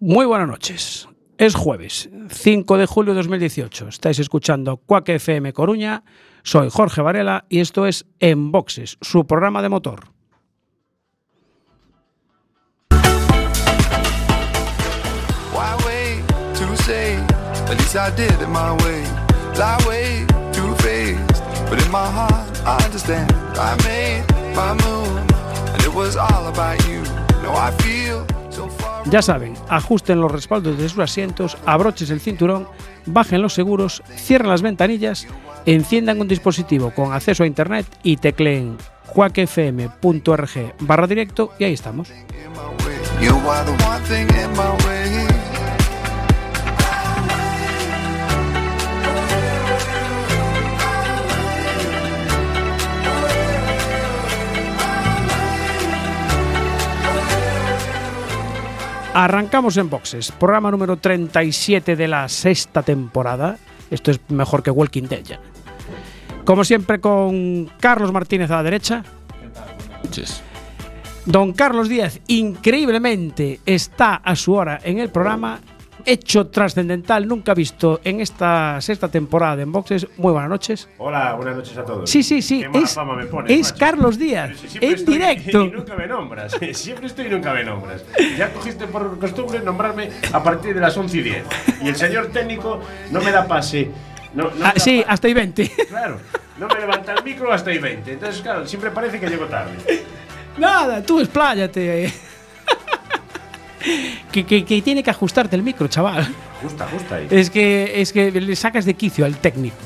Muy buenas noches. Es jueves, 5 de julio de 2018. Estáis escuchando Cuac FM Coruña. Soy Jorge Varela y esto es En Boxes, su programa de motor. Why wait to say? At least I did it my way. Lie way too faced, but in my heart I understand. I made my move, and it was all about you. Now I feel so far. Ya saben, ajusten los respaldos de sus asientos, abroches el cinturón, bajen los seguros, cierren las ventanillas, enciendan un dispositivo con acceso a internet y tecleen cuacfm.org barra directo y ahí estamos. in my way. You are the one thing in my way. Arrancamos en boxes, programa número 37 de la sexta temporada. Esto es mejor que Walking Dead ya. Como siempre con Carlos Martínez a la derecha. Don Carlos Díaz, increíblemente, está a su hora en el programa. Hecho trascendental nunca visto en esta sexta temporada de En Boxes. Muy buenas noches. Hola, buenas noches a todos. Sí, sí, sí. Qué mala Es, fama me pones, es macho. Carlos Pero Díaz, si siempre en estoy directo. Y nunca me nombras. Siempre estoy y nunca me nombras. Ya cogiste por costumbre nombrarme a partir de las 11 y 10. Y el señor técnico no me da pase. No, no me Ah, da sí, pa- hasta y 20. Claro. No me levanta el micro hasta y 20. Entonces, claro, siempre parece que llego tarde. Nada, tú expláyate. que, que- que tiene que ajustarte el micro, chaval. Justa, justa ahí. Es que, es que le sacas de quicio al técnico.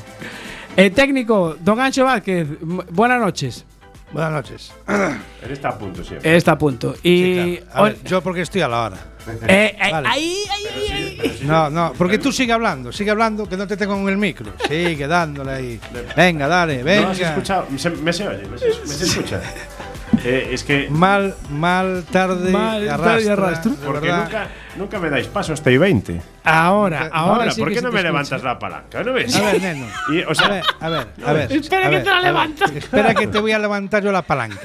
El técnico, don Ancho Vázquez, m- buenas noches. Buenas noches. Él está a punto siempre. Está a punto. Y Sí, claro. A ver, hoy- yo porque estoy a la hora. eh, eh, vale. ahí, ahí, ahí. No, no, porque tú sigue hablando, sigue hablando, que no te tengo en el micro. Sigue dándole ahí. Venga, dale, ¿No has venga. escuchado? Se- me se oye, me se, me se escucha. Eh, es que. Mal, mal, tarde, Mal, arrastra, tarde y arrastra. de Porque verdad. nunca, nunca me dais paso hasta y 20. Ahora, ahora, Ahora, sí ¿por que qué se no te me escucha. levantas la palanca? ¿No ves? A ver, neno. Y, o sea, A ver, a ver, a ver. Espera a que ver, te la a ver. levanta. Espera que te voy a levantar yo la palanca.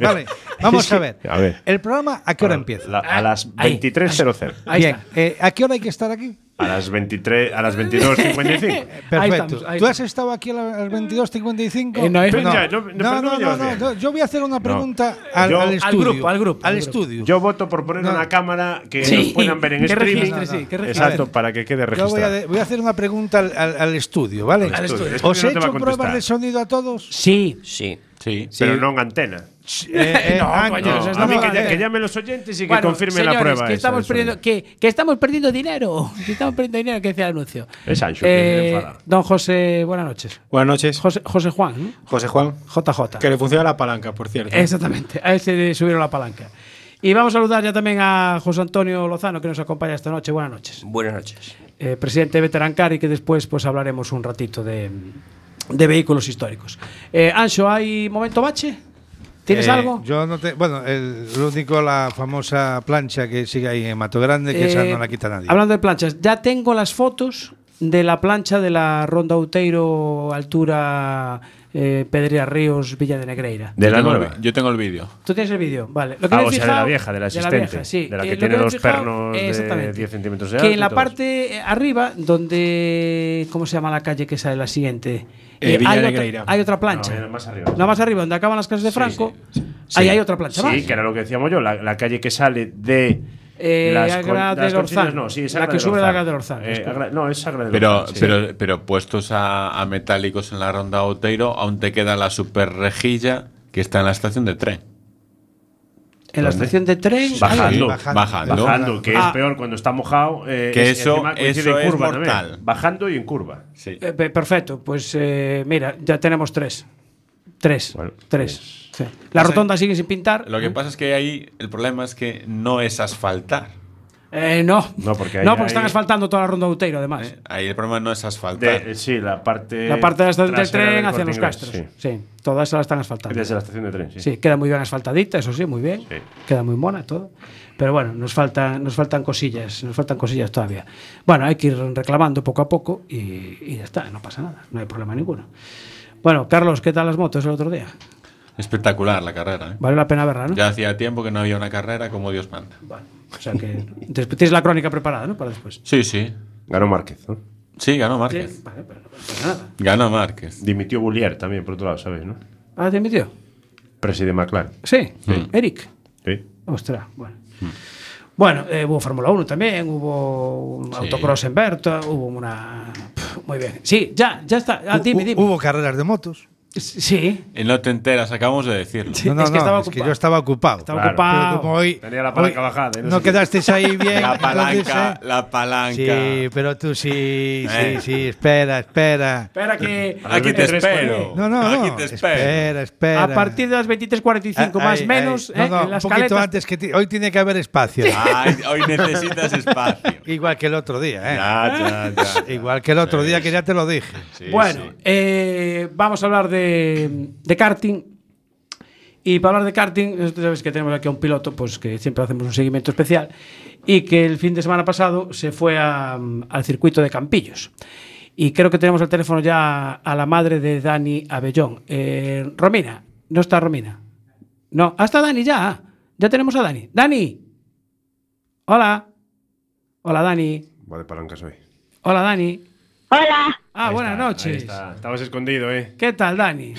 Vale, vamos a ver. A ver. El programa, ¿a qué hora empieza? La- a las Ahí. 23.00. Ahí Bien, está. eh, ¿a qué hora hay que estar aquí? A las 23, a las 22.55. Perfecto. Ahí estamos, ahí ¿Tú estamos. has estado aquí a las 22.55? Eh, no, es- no, Venga, no, no, no, pero no, no me no, llevas no, bien. no. Yo voy a hacer una pregunta al, Yo- al Al estudio. grupo, al grupo, al grupo. estudio. Yo voto por poner No. una cámara que Sí, nos puedan ver en que streaming. registre, sí, que registre. Exacto, para que quede Yo voy a, registrado. de- voy a hacer una pregunta al, al- al estudio, ¿vale? Al estudio. ¿Os he El estudio no te va hecho a contestar. pruebas de sonido a todos? Sí, Sí. Pero no en antena. Eh, eh, No, ah, coño, No, eso no, es a estamos mí que, hablando ll- de- que llamen los oyentes y que Bueno, confirmen señores, la prueba. Que esa, estamos, eso. perdiendo, que, que estamos perdiendo dinero. Que estamos perdiendo dinero, que decía el anuncio. Es Ancho, que quiere enfadar. Eh, don José, buenas noches. Buenas noches, José, José Juan, ¿no? José Juan. JJ. Que le funciona la palanca, por cierto. Exactamente, a ese le subieron la palanca. Y vamos a saludar ya también a José Antonio Lozano, que nos acompaña esta noche. Buenas noches. Buenas noches. Eh, presidente de Veterancari, que después pues, hablaremos un ratito de, de vehículos históricos. Eh, Ancho, ¿hay momento bache? ¿Tienes Eh, algo? Yo no te, bueno, el, lo único, la famosa plancha que sigue ahí en Mato Grande, que esa Eh, no la quita nadie. Hablando de planchas, ya tengo las fotos de la plancha de la Ronda Outeiro, altura eh, Pedrea Ríos, Villa de Negreira. De Yo la tengo el nueva. vi- Yo tengo el vídeo. ¿Tú tienes el vídeo? Vale. Lo Ah, me he o sea, de la vieja, de la asistente, vieja, sí. de la que Eh, lo tiene me he los fijado, pernos de exactamente. 10 centímetros de Que alto en y la todo parte eh, arriba, donde. ¿Cómo se llama la calle que sale la siguiente? Eh, Villa hay, de otra, Negreira. hay otra plancha. No, más arriba. No, más arriba, donde acaban las casas de Franco. Ahí hay otra plancha. Sí, más. que era lo que decíamos yo, la, la calle que sale de. Eh, las con- Agra las del conchinas, Orzán. No, sí, es La Agra que del sube la Orzán. Agra del Orzán, Eh, disculpa. Agra- no, es Agra del Pero, Orzán, sí. pero, pero puestos a, a metálicos en la ronda Outeiro, aún te queda la super rejilla que está en la estación de tren. En la estación de tren. Bajando. Sí, bajando, bajando. Bajando, que Ah. es peor cuando está mojado. eh, Que es- eso- encima coincide eso es también. mortal. Bajando y en curva. Sí. Eh, pe- perfecto, pues eh, mira, ya tenemos tres. Tres. Bueno, tres. Sí. La rotonda sigue sin pintar. Mm. Lo que pasa es que ahí el problema es que no es asfaltar. Eh, no. No, porque ahí hay- están asfaltando toda la ronda de Outeiro, además. ¿eh? Ahí el problema no es asfaltar. De- eh, sí, la parte. la parte de la estación del trasera tren del hacia Corte los Inglés, castros. Sí. toda esa la están Sí, asfaltando. desde la estación de tren, sí. Sí, queda muy bien asfaltadita, eso sí, muy bien. Sí. Queda muy mona todo. Pero bueno, nos faltan, nos faltan cosillas, nos faltan cosillas todavía. Bueno, hay que ir reclamando poco a poco y, y ya está, no pasa nada, no hay problema ninguno. Bueno, Carlos, ¿qué tal las motos el otro día? Espectacular la carrera. ¿eh? Vale la pena verla, ¿no? Ya hacía tiempo que no había una carrera como Dios manda. O sea que después tienes la crónica preparada, ¿no? Para después. Sí, sí. Ganó Márquez, ¿no? Sí, ganó Sí, Márquez. vale, pero no pasa nada. Ganó Márquez. Dimitió Bullier también, por otro lado, ¿sabes, no? ¿Ah, te emitió? Preside McLaren. Sí, Eric. Sí. Ostras, bueno. Bueno, eh, hubo Fórmula 1 también, hubo un autocross en Berta, hubo una. Pff, muy bien. Sí, ya, ya está. Ah, dime, Hu- dime. Hubo carreras de motos. Sí, Y no te enteras, acabamos de decirlo. Sí, es que estaba ocupado. yo estaba ocupado. estaba Claro, Pero ocupado. como hoy, Tenía la palanca hoy ¿eh? bajada y no no, sé qué. quedasteis ahí bien. La entonces, palanca, eh, la palanca. Sí, pero tú sí, Eh. sí, sí, espera, espera. Espera que. Aquí te espero. No, no, Aquí no. te espero. Espera, espera. A partir de las 23.45 más Ahí, menos, ahí. Ah, No, eh, no, en las un poquito caletas. antes que ti- hoy tiene que haber espacio. Ay, hoy necesitas espacio. Igual que el otro día, ¿eh? Ya, ya, ya. Igual que el otro día que ya te lo dije. Sí, bueno, sí. eh, vamos a hablar de, de karting. Y para hablar de karting, nosotros sabes que tenemos aquí a un piloto, pues que siempre hacemos un seguimiento especial, y que el fin de semana pasado se fue a, mm, al circuito de Campillos. Y creo que tenemos el teléfono ya a la madre de Dani Abellón. Eh, Romina, ¿no está Romina? No, hasta Dani ya. ah, Ya tenemos a Dani. Dani. Hola. Hola, Dani. Va de palancas hoy. Hola, Dani. Hola, Ah, buenas Ahí noches. está. Estabas escondido, ¿eh? ¿Qué tal, Dani?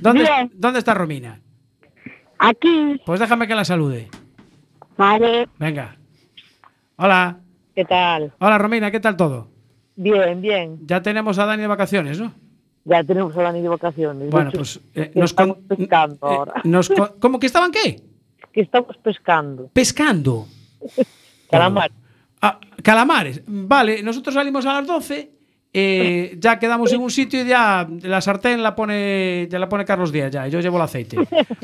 ¿Dónde, Bien. ¿Dónde está Romina? aquí. Pues déjame que la salude. Vale, Venga. Hola. ¿qué tal? Hola, Romina, ¿qué tal todo? Bien, bien. Ya tenemos a Dani de vacaciones, ¿no? Ya tenemos a Dani de vacaciones. De Bueno, hecho, pues eh, que nos estamos con- pescando eh, ahora. nos con- ¿Cómo que estaban qué? Que estamos pescando. Pescando. Calamar. Ah, calamares. Vale, nosotros salimos a las 12. eh, ya quedamos en un sitio y ya la sartén la pone ya la pone Carlos Díaz ya. y Yo llevo el aceite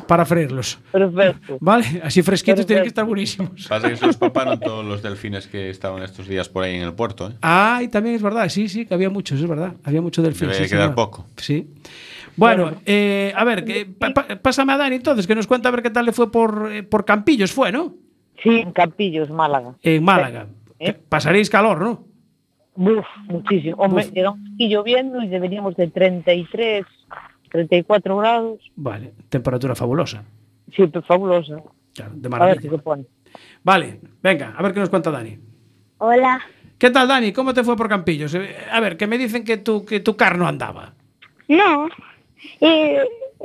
para freírlos. Perfecto. Vale, así fresquitos tienen que Perfecto. estar buenísimos. Pasa que se los paparon todos los delfines que estaban estos días por ahí en el puerto. ¿eh? Ah, y también es verdad, sí, sí, que había muchos, es verdad. Había mucho delfín. Debe sí, de quedar señor. poco. Sí. Bueno, eh, a ver, que pa- pa- pásame a Dani entonces, que nos cuenta a ver qué tal le fue por, eh, por Campillos, fue, ¿no? Sí, en Campillos, Málaga. En Málaga. ¿Eh? Pasaréis calor, ¿no? Buf, muchísimo. Hombre, eh. Buf. llegamos aquí lloviendo y deberíamos de 33, 34 grados. Vale, temperatura fabulosa. Sí, pues, fabulosa. Claro, de A ver qué maravilla. se pone. Vale, venga, a ver qué nos cuenta Dani. Hola. ¿Qué tal, Dani? ¿Cómo te fue por Campillos? Eh, A ver, que me dicen que tu, que tu car no andaba. No, y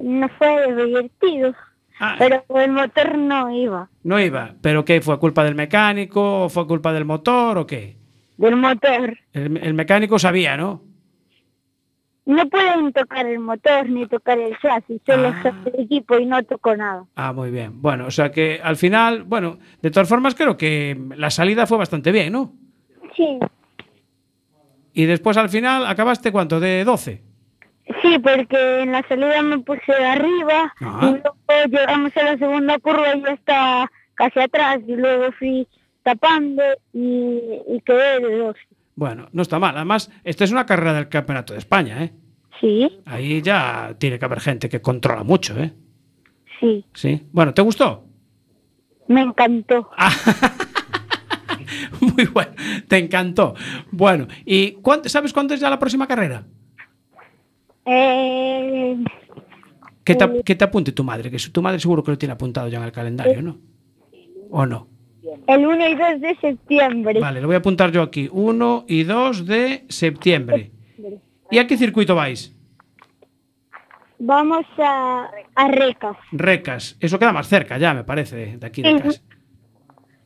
no fue divertido, Ah, pero el motor no iba, no iba. ¿Pero qué? ¿Fue culpa del mecánico? ¿Fue culpa del motor o qué? del motor. El, el mecánico sabía, ¿no? No pueden tocar el motor ni tocar el chasis, soy el jefe de equipo y no tocó nada. Ah, muy bien. Bueno, o sea que al final, bueno, de todas formas creo que la salida fue bastante bien, ¿no? Sí, Y después al final acabaste cuánto, de 12. sí, porque en la salida me puse arriba Ah. y luego llegamos a la segunda curva y yo estaba casi atrás y luego fui tapando y, y quedé de dos. Bueno, no está mal. Además, esta es una carrera del Campeonato de España, ¿eh? Sí, Ahí ya tiene que haber gente que controla mucho, ¿eh? sí, Sí. Bueno, ¿te gustó? me encantó. Muy bueno, te encantó. Bueno, ¿y cuánto, sabes cuándo es ya la próxima carrera? Eh, Que te, ap- que te apunte tu madre, que su- tu madre seguro que lo tiene apuntado ya en el Eh. calendario, ¿no? ¿O no? el 1 y 2 de septiembre. Vale, lo voy a apuntar yo aquí. 1 y 2 de septiembre. Eh. ¿Y a qué circuito vais? Vamos a, a Recas, Recas. Eso queda más cerca ya, me parece, de aquí de Ujú. casa.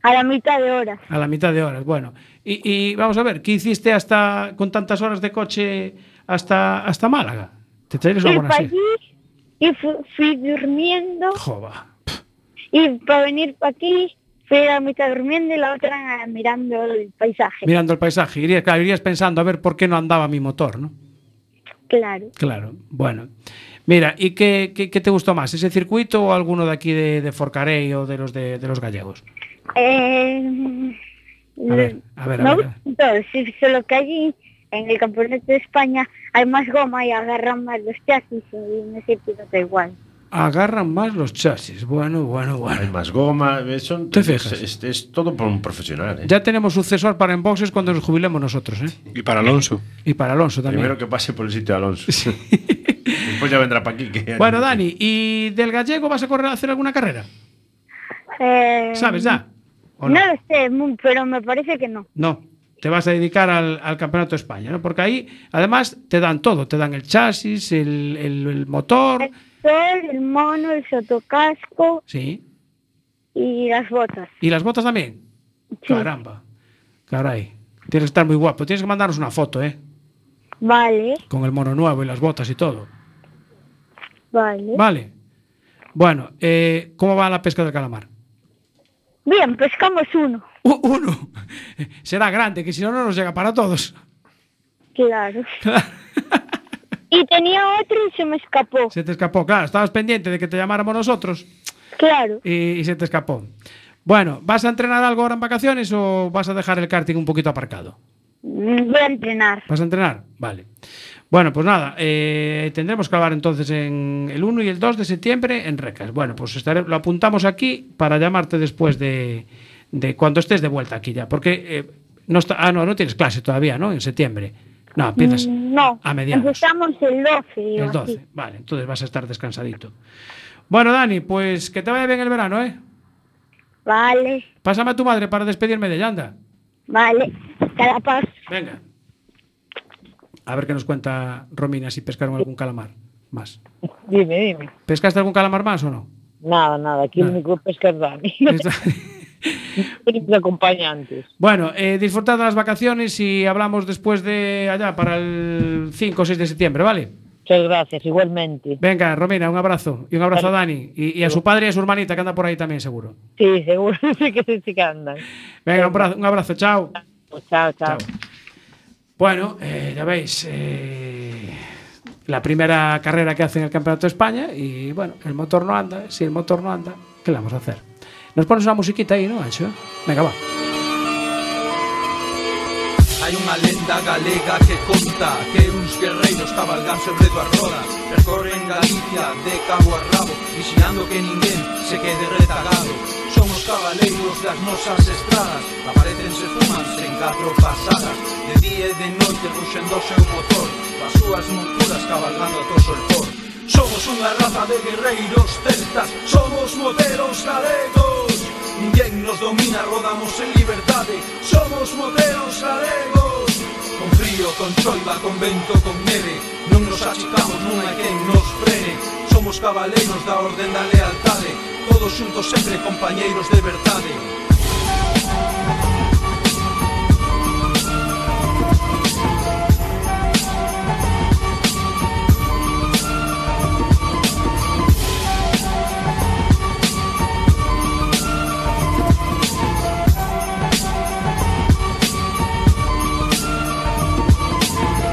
a la mitad de hora. A la mitad de horas, bueno. Y, y vamos a ver, ¿qué hiciste hasta con tantas horas de coche hasta, hasta Málaga? ¿Te traerías una Ir buena para serie? allí y fu- fui durmiendo. Jova. Y para venir para aquí, fui a la mitad durmiendo y la otra mirando el paisaje. Mirando el paisaje, irías, claro, irías pensando a ver por qué no andaba mi motor, ¿no? Claro. Claro, bueno. Mira, ¿y qué, qué- qué te gustó más, ese circuito o alguno de aquí de, de Forcarey o de los, de, de los gallegos? Eh, A ver, a ver, a me ver. gustó, sí, solo que allí, en el campeonato de España, hay más goma y agarran más los chasis y no se pilota igual. Agarran más los chasis, bueno, bueno, bueno. Hay más goma. eh, Son, Te fijas. Es, es- es todo por un profesional. ¿eh? Ya tenemos sucesor para Enboxes cuando nos jubilemos nosotros, ¿eh? Y para Alonso. Y para Alonso también. Primero que pase por el sitio de Alonso. Después ya vendrá para aquí. que- Bueno, Dani, ¿y del gallego vas a correr a hacer alguna carrera? Eh, ¿Sabes ya? ¿O No lo sé, mu- pero me parece que no. No, te vas a dedicar al, al Campeonato de España, ¿no? Porque ahí, además, te dan todo. Te dan el chasis, el, el- el motor. El sol, el mono, el sotocasco Sí. y las botas. ¿Y las botas también? Sí. Caramba. Caray. Tienes que estar muy guapo. Tienes que mandarnos una foto, ¿eh? Vale, Con el mono nuevo y las botas y todo. vale. Vale. Bueno, eh, ¿cómo va la pesca del calamar? Bien, pescamos uno. U- Uno. Será grande, que si no, no nos llega para todos. Claro. y tenía otro y se me escapó. Se te escapó, claro. Estabas pendiente de que te llamáramos nosotros Claro. y, y se te escapó. Bueno, ¿vas a entrenar algo ahora en vacaciones o vas a dejar el karting un poquito aparcado? Mm, Voy a entrenar. ¿Vas a entrenar? Vale. Bueno, pues nada, eh, tendremos que hablar entonces en el 1 y el 2 de septiembre en Recas. Bueno, pues estaré, lo apuntamos aquí para llamarte después de, de cuando estés de vuelta aquí ya. Porque eh, no está, ah, no, no tienes clase todavía, ¿no? En septiembre. No, empiezas Mm, No, a mediados. empezamos el 12. digo, el 12. así. Vale, entonces vas a estar descansadito. Bueno, Dani, pues que te vaya bien el verano, ¿eh? Vale, Pásame a tu madre para despedirme de ella, anda. vale. Te la paso. Venga. A ver qué nos cuenta Romina si pescaron algún calamar más. Dime, dime. ¿Pescaste algún calamar más o no? Nada, nada. Aquí Nada. el único que pesca es Dani. Está- Tiene sus acompañantes. bueno, eh, disfrutad de las vacaciones y hablamos después de allá para el 5 o 6 de septiembre, ¿vale? Muchas gracias, igualmente. Venga, Romina, un abrazo. Y un abrazo a Dani. Y, y a su padre y a su hermanita que anda por ahí también, seguro. Sí, seguro que sí, sí que andan. Venga, un abrazo, un abrazo chao. Pues chao, chao. Chao. Bueno, eh, ya veis, eh, la primera carrera que hace en el Campeonato de España y bueno, el motor no anda, si el motor no anda, ¿qué le vamos a hacer? Nos pones una musiquita ahí, ¿no, Ancho? Venga, va. Hay una lenda galega que conta que uns guerreiros cabalgan sobre dúas rodas Percorren Galicia de cabo a rabo Vigilando que ninguén se quede retagado Son os cabaleiros das nosas estradas Aparecen se fuman sen catro pasadas De día e de noite ruxendo o seu motor Das súas monturas cabalgando a toso el por Somos unha raza de guerreiros celtas Somos moteros galegos Ninguén nos domina, rodamos en libertade Somos moteros galegos Con frío, con choiva, con vento, con neve Non nos achicamos, non hai quen nos frene Somos cabaleiros da orden da lealtade Todos xuntos sempre compañeiros de verdade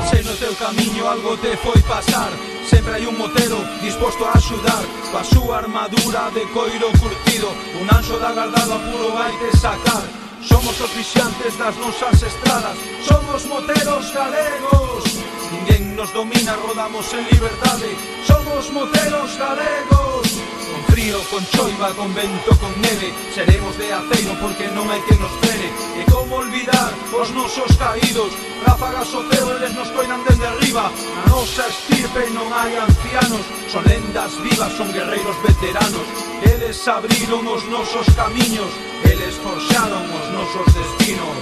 Se no teu camiño algo te foi pasar Sempre hai un motero disposto a axudar Coa súa armadura de coiro curtido Un anxo da gardada puro vai te sacar Somos os vixiantes das nosas estradas Somos moteros galegos Ninguén nos domina, rodamos en liberdade Somos moteros galegos Con frío, con choiva, con vento, con neve Seremos de aceiro porque non hai que nos frene E como olvidar os nosos caídos Ráfagas o ceo, eles nos coinan desde arriba A nosa estirpe non hai ancianos Son lendas vivas, son guerreiros veteranos Eles abriron os nosos camiños Eles forxaron os nosos destinos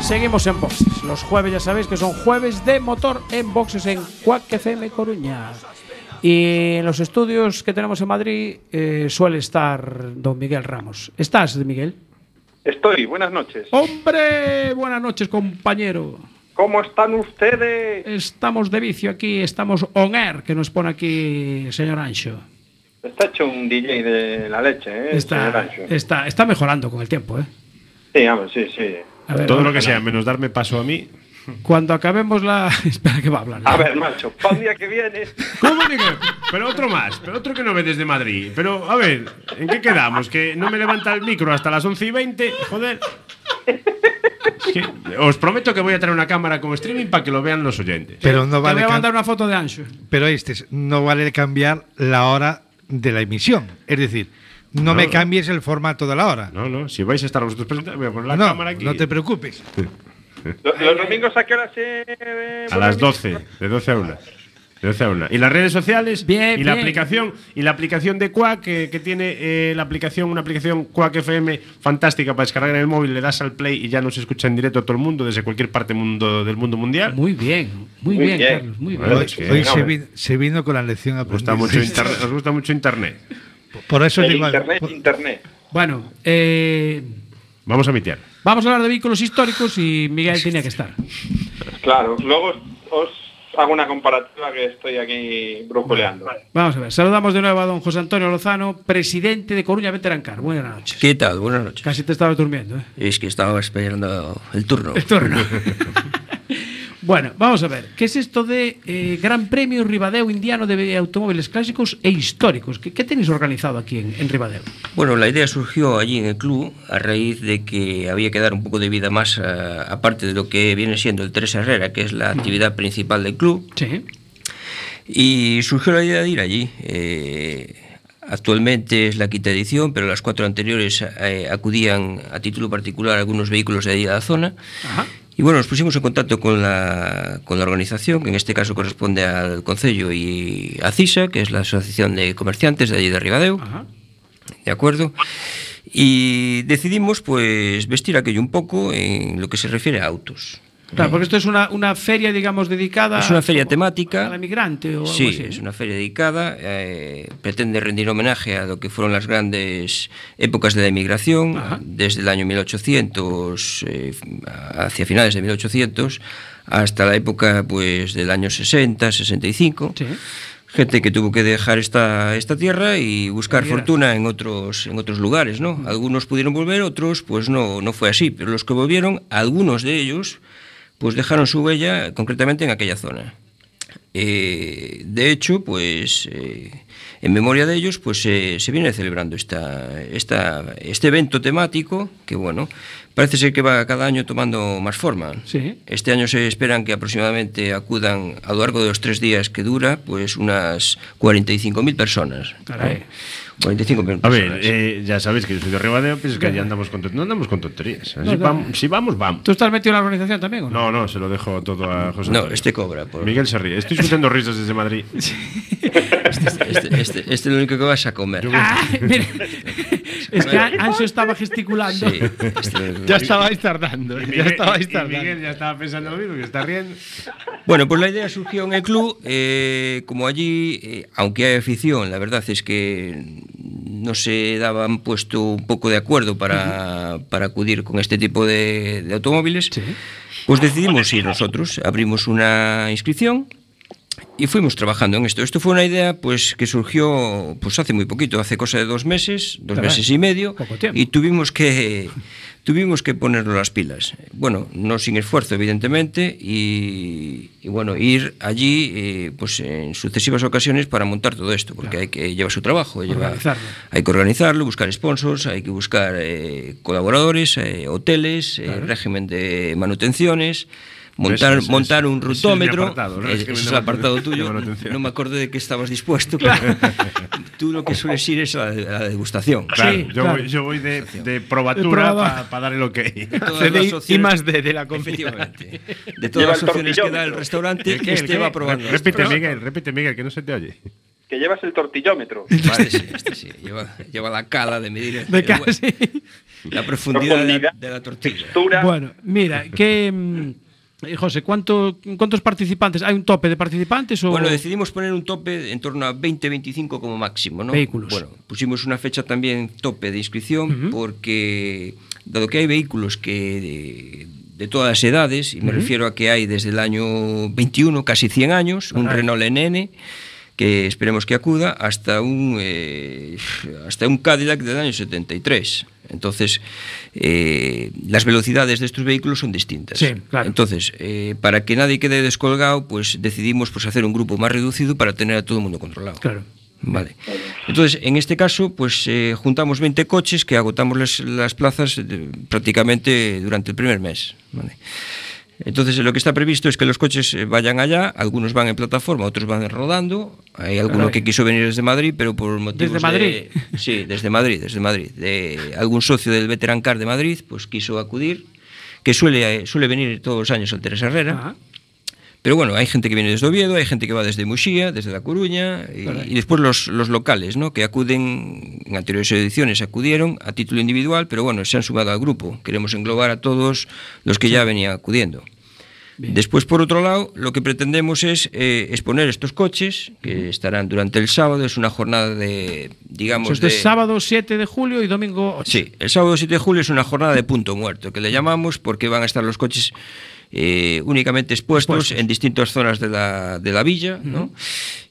Seguimos en boxes. Los jueves ya sabéis que son jueves de motor en boxes en Cuac FM Coruña. Y en los estudios que tenemos en Madrid eh, suele estar don Miguel Ramos. ¿Estás, Miguel? Estoy, buenas noches. Hombre, buenas noches, compañero. ¿Cómo están ustedes? Estamos de vicio aquí, estamos on air, que nos pone aquí señor Ancho. Está hecho un DJ de la leche, ¿eh? señor Está, Ancho? está, está mejorando con el tiempo, ¿eh? Sí, vamos, sí, sí. A ver, Todo lo que sea, menos darme paso a mí. Cuando acabemos la. Espera, que va a hablar. ¿eh? A ver, macho, para el día que viene. ¿Cómo de que? Pero otro más, pero otro que no ve desde Madrid. Pero, a ver, ¿en qué quedamos? Que no me levanta el micro hasta las 11 y 20, joder. Os prometo que voy a traer una cámara con streaming para que lo vean los oyentes. Pero no vale Te voy a cam- mandar una foto de Ancho. Pero este no vale cambiar la hora de la emisión. Es decir, no, No. me cambies el formato de la hora. No, no, si vais a estar vosotros presentes, voy a poner la No, cámara aquí. no te preocupes. Lo- ¿Los domingos a qué hora se.? A las 12, de 12 a 1. De 12 a 1. Y las redes sociales y la bien. aplicación y la aplicación de Quack que, que tiene eh, la aplicación una aplicación Quack FM fantástica para descargar en el móvil, le das al play y ya nos escucha en directo todo el mundo desde cualquier parte mundo, del mundo mundial. Muy bien, muy Muy bien, bien. Carlos, muy bien. Hoy, hoy se, vi- se vino con la lección Os gusta aprendida. mucho internet. Os gusta mucho internet. Por eso El digo, internet, internet. Bueno, eh, Vamos a mitear. vamos a hablar de vehículos históricos y Miguel tenía que estar. Claro, luego os- os hago una comparativa que estoy aquí brujuleando. Vamos a ver, saludamos de nuevo a don José Antonio Lozano, presidente de Coruña Veterancar. Buenas noches. ¿Qué tal? Buenas noches. Casi te estabas durmiendo, ¿eh? Es que estaba esperando el turno. El turno. Bueno, vamos a ver, ¿qué es esto de eh, Gran Premio Ribadeo Indiano de Automóviles Clásicos e Históricos? ¿Qué, qué tenéis organizado aquí en, en Ribadeo? Bueno, la idea surgió allí en el club a raíz de que había que dar un poco de vida más, a- aparte de lo que viene siendo el Tres Herrera, que es la actividad principal del club. Sí. Y surgió la idea de ir allí. Eh, actualmente es la quinta edición, pero las cuatro anteriores eh, acudían a título particular algunos vehículos de allí de la zona. Y bueno, nos pusimos en contacto con la, con la organización, que en este caso corresponde al Concello y a CISA, que es la Asociación de Comerciantes de allí de Ribadeo. ¿De acuerdo? Y decidimos pues vestir aquello un poco en lo que se refiere a autos. Claro, porque esto es una, una feria, digamos, dedicada Es una feria temática. al migrante o algo Sí, así. es una feria dedicada, eh, pretende rendir homenaje a lo que fueron las grandes épocas de la emigración, desde el año 1800 eh, hacia finales de 1800 hasta la época pues del año 60, 65. Gente que tuvo que dejar esta, esta tierra y buscar Emigrar. fortuna en otros, en otros lugares, ¿no? Algunos pudieron volver, otros pues no, no fue así, pero los que volvieron, algunos de ellos, pues dejaron su huella concretamente en aquella zona. Eh, de hecho, pues eh, en memoria de ellos, pues eh, se viene celebrando esta, esta, este evento temático que, bueno, parece ser que va cada año tomando más forma. Sí. Este año se esperan que aproximadamente acudan a lo largo de los tres días que dura, pues unas 45.000 personas. Caray. 45.000 A personas. ver, eh, ya sabéis que yo soy de Ribadeo, pero es que allí andamos con, ton- no andamos con tonterías. ¿eh? No, Si, no. vam- si vamos, vamos. ¿Tú estás metido en la organización también o no? No, no, se lo dejo todo a José. No, Antonio. este cobra. por- Miguel se ríe. Estoy escuchando risas desde Madrid. Este, este- este es lo único que vas a comer. Ah, Mira, es que An- Anxo estaba gesticulando. Sí, este- tardando. eh, ya Miguel, estabais y tardando. Miguel ya estaba pensando lo mismo, que está riendo. Bueno, pues la idea surgió en el club, eh, como allí, eh, aunque hay afición, la verdad es que no se daban puesto un poco de acuerdo para, para acudir con este tipo de, de automóviles, pues decidimos ir nosotros, abrimos una inscripción y fuimos trabajando en esto. Esto fue una idea pues que surgió pues hace muy poquito, hace cosa de dos meses, dos Caray, meses y medio, poco tiempo. y tuvimos que tuvimos que ponernos las pilas. Bueno, no sin esfuerzo, evidentemente, y, y bueno, ir allí eh, pues en sucesivas ocasiones para montar todo esto, porque hay que llevar su trabajo, lleva- Organizarlo. hay que organizarlo, buscar sponsors, hay que buscar eh, colaboradores, eh, hoteles, eh, régimen de manutenciones. Montar, Eso es- montar un ese es mi rutómetro, apartado, ¿no? eh, Es ese que me es el llama- apartado me tuyo, llama la no, atención. me acuerdo de que estabas dispuesto, pero tú lo que sueles ir es a la, a la degustación. Claro, yo, Voy, yo voy de, de probatura probador. para dar el ok. Todas las De- opciones- D Efectivamente. De todas Lleva las el opciones que tortillón. da el restaurante, ¿El qué, el este qué? va probando. Repite, Miguel, repite, Miguel, que no se te oye. Que llevas el tortillómetro. Este sí, este sí. Lleva, lleva la cala de medir el- De el casi. hue- la profundidad de la, de la tortilla. Bueno, mira, que. mm, eh, José, ¿cuánto, ¿cuántos participantes? ¿Hay un tope de participantes? O... Bueno, decidimos poner un tope en torno a 20-25 como máximo, ¿no? Vehículos. Bueno, pusimos una fecha también tope de inscripción Ujú. porque, dado que hay vehículos que de, de todas las edades, y me Ujú. refiero a que hay desde el año 21, casi 100 años, un Ajá. Renault NN que esperemos que acuda hasta un eh, hasta un Cadillac del año 73. Entonces, eh, las velocidades de estos vehículos son distintas. Sí, claro. Entonces, eh, para que nadie quede descolgado, pues decidimos pues, hacer un grupo más reducido para tener a todo el mundo controlado. Claro. Vale. Entonces, en este caso, pues eh, juntamos 20 coches que agotamos las, las plazas eh, de- prácticamente durante el primer mes. Vale. Entonces, lo que está previsto es que los coches eh, vayan allá, algunos van en plataforma, otros van rodando. Hay alguno Caray. que quiso venir desde Madrid, pero por motivos ¿Desde Madrid? de- sí, desde Madrid, desde Madrid. De algún socio del Veteran Car de Madrid, pues quiso acudir, que suele, eh, suele venir todos los años al Teres Herrera. Pero bueno, hay gente que viene desde Oviedo, hay gente que va desde Muxía, desde La Coruña, y, Caray. y después los, los locales, ¿no? Que acuden, en anteriores ediciones acudieron a título individual, pero bueno, se han sumado al grupo. Queremos englobar a todos los que ya venían acudiendo. Después, por otro lado, lo que pretendemos es eh, exponer estos coches, que estarán durante el sábado, es una jornada de, digamos, Eso es de de- sábado 7 de julio y domingo 8. Sí, el sábado 7 de julio es una jornada de punto muerto, que le llamamos porque van a estar los coches eh, únicamente expuestos, en distintas zonas de la, de la villa, ¿no?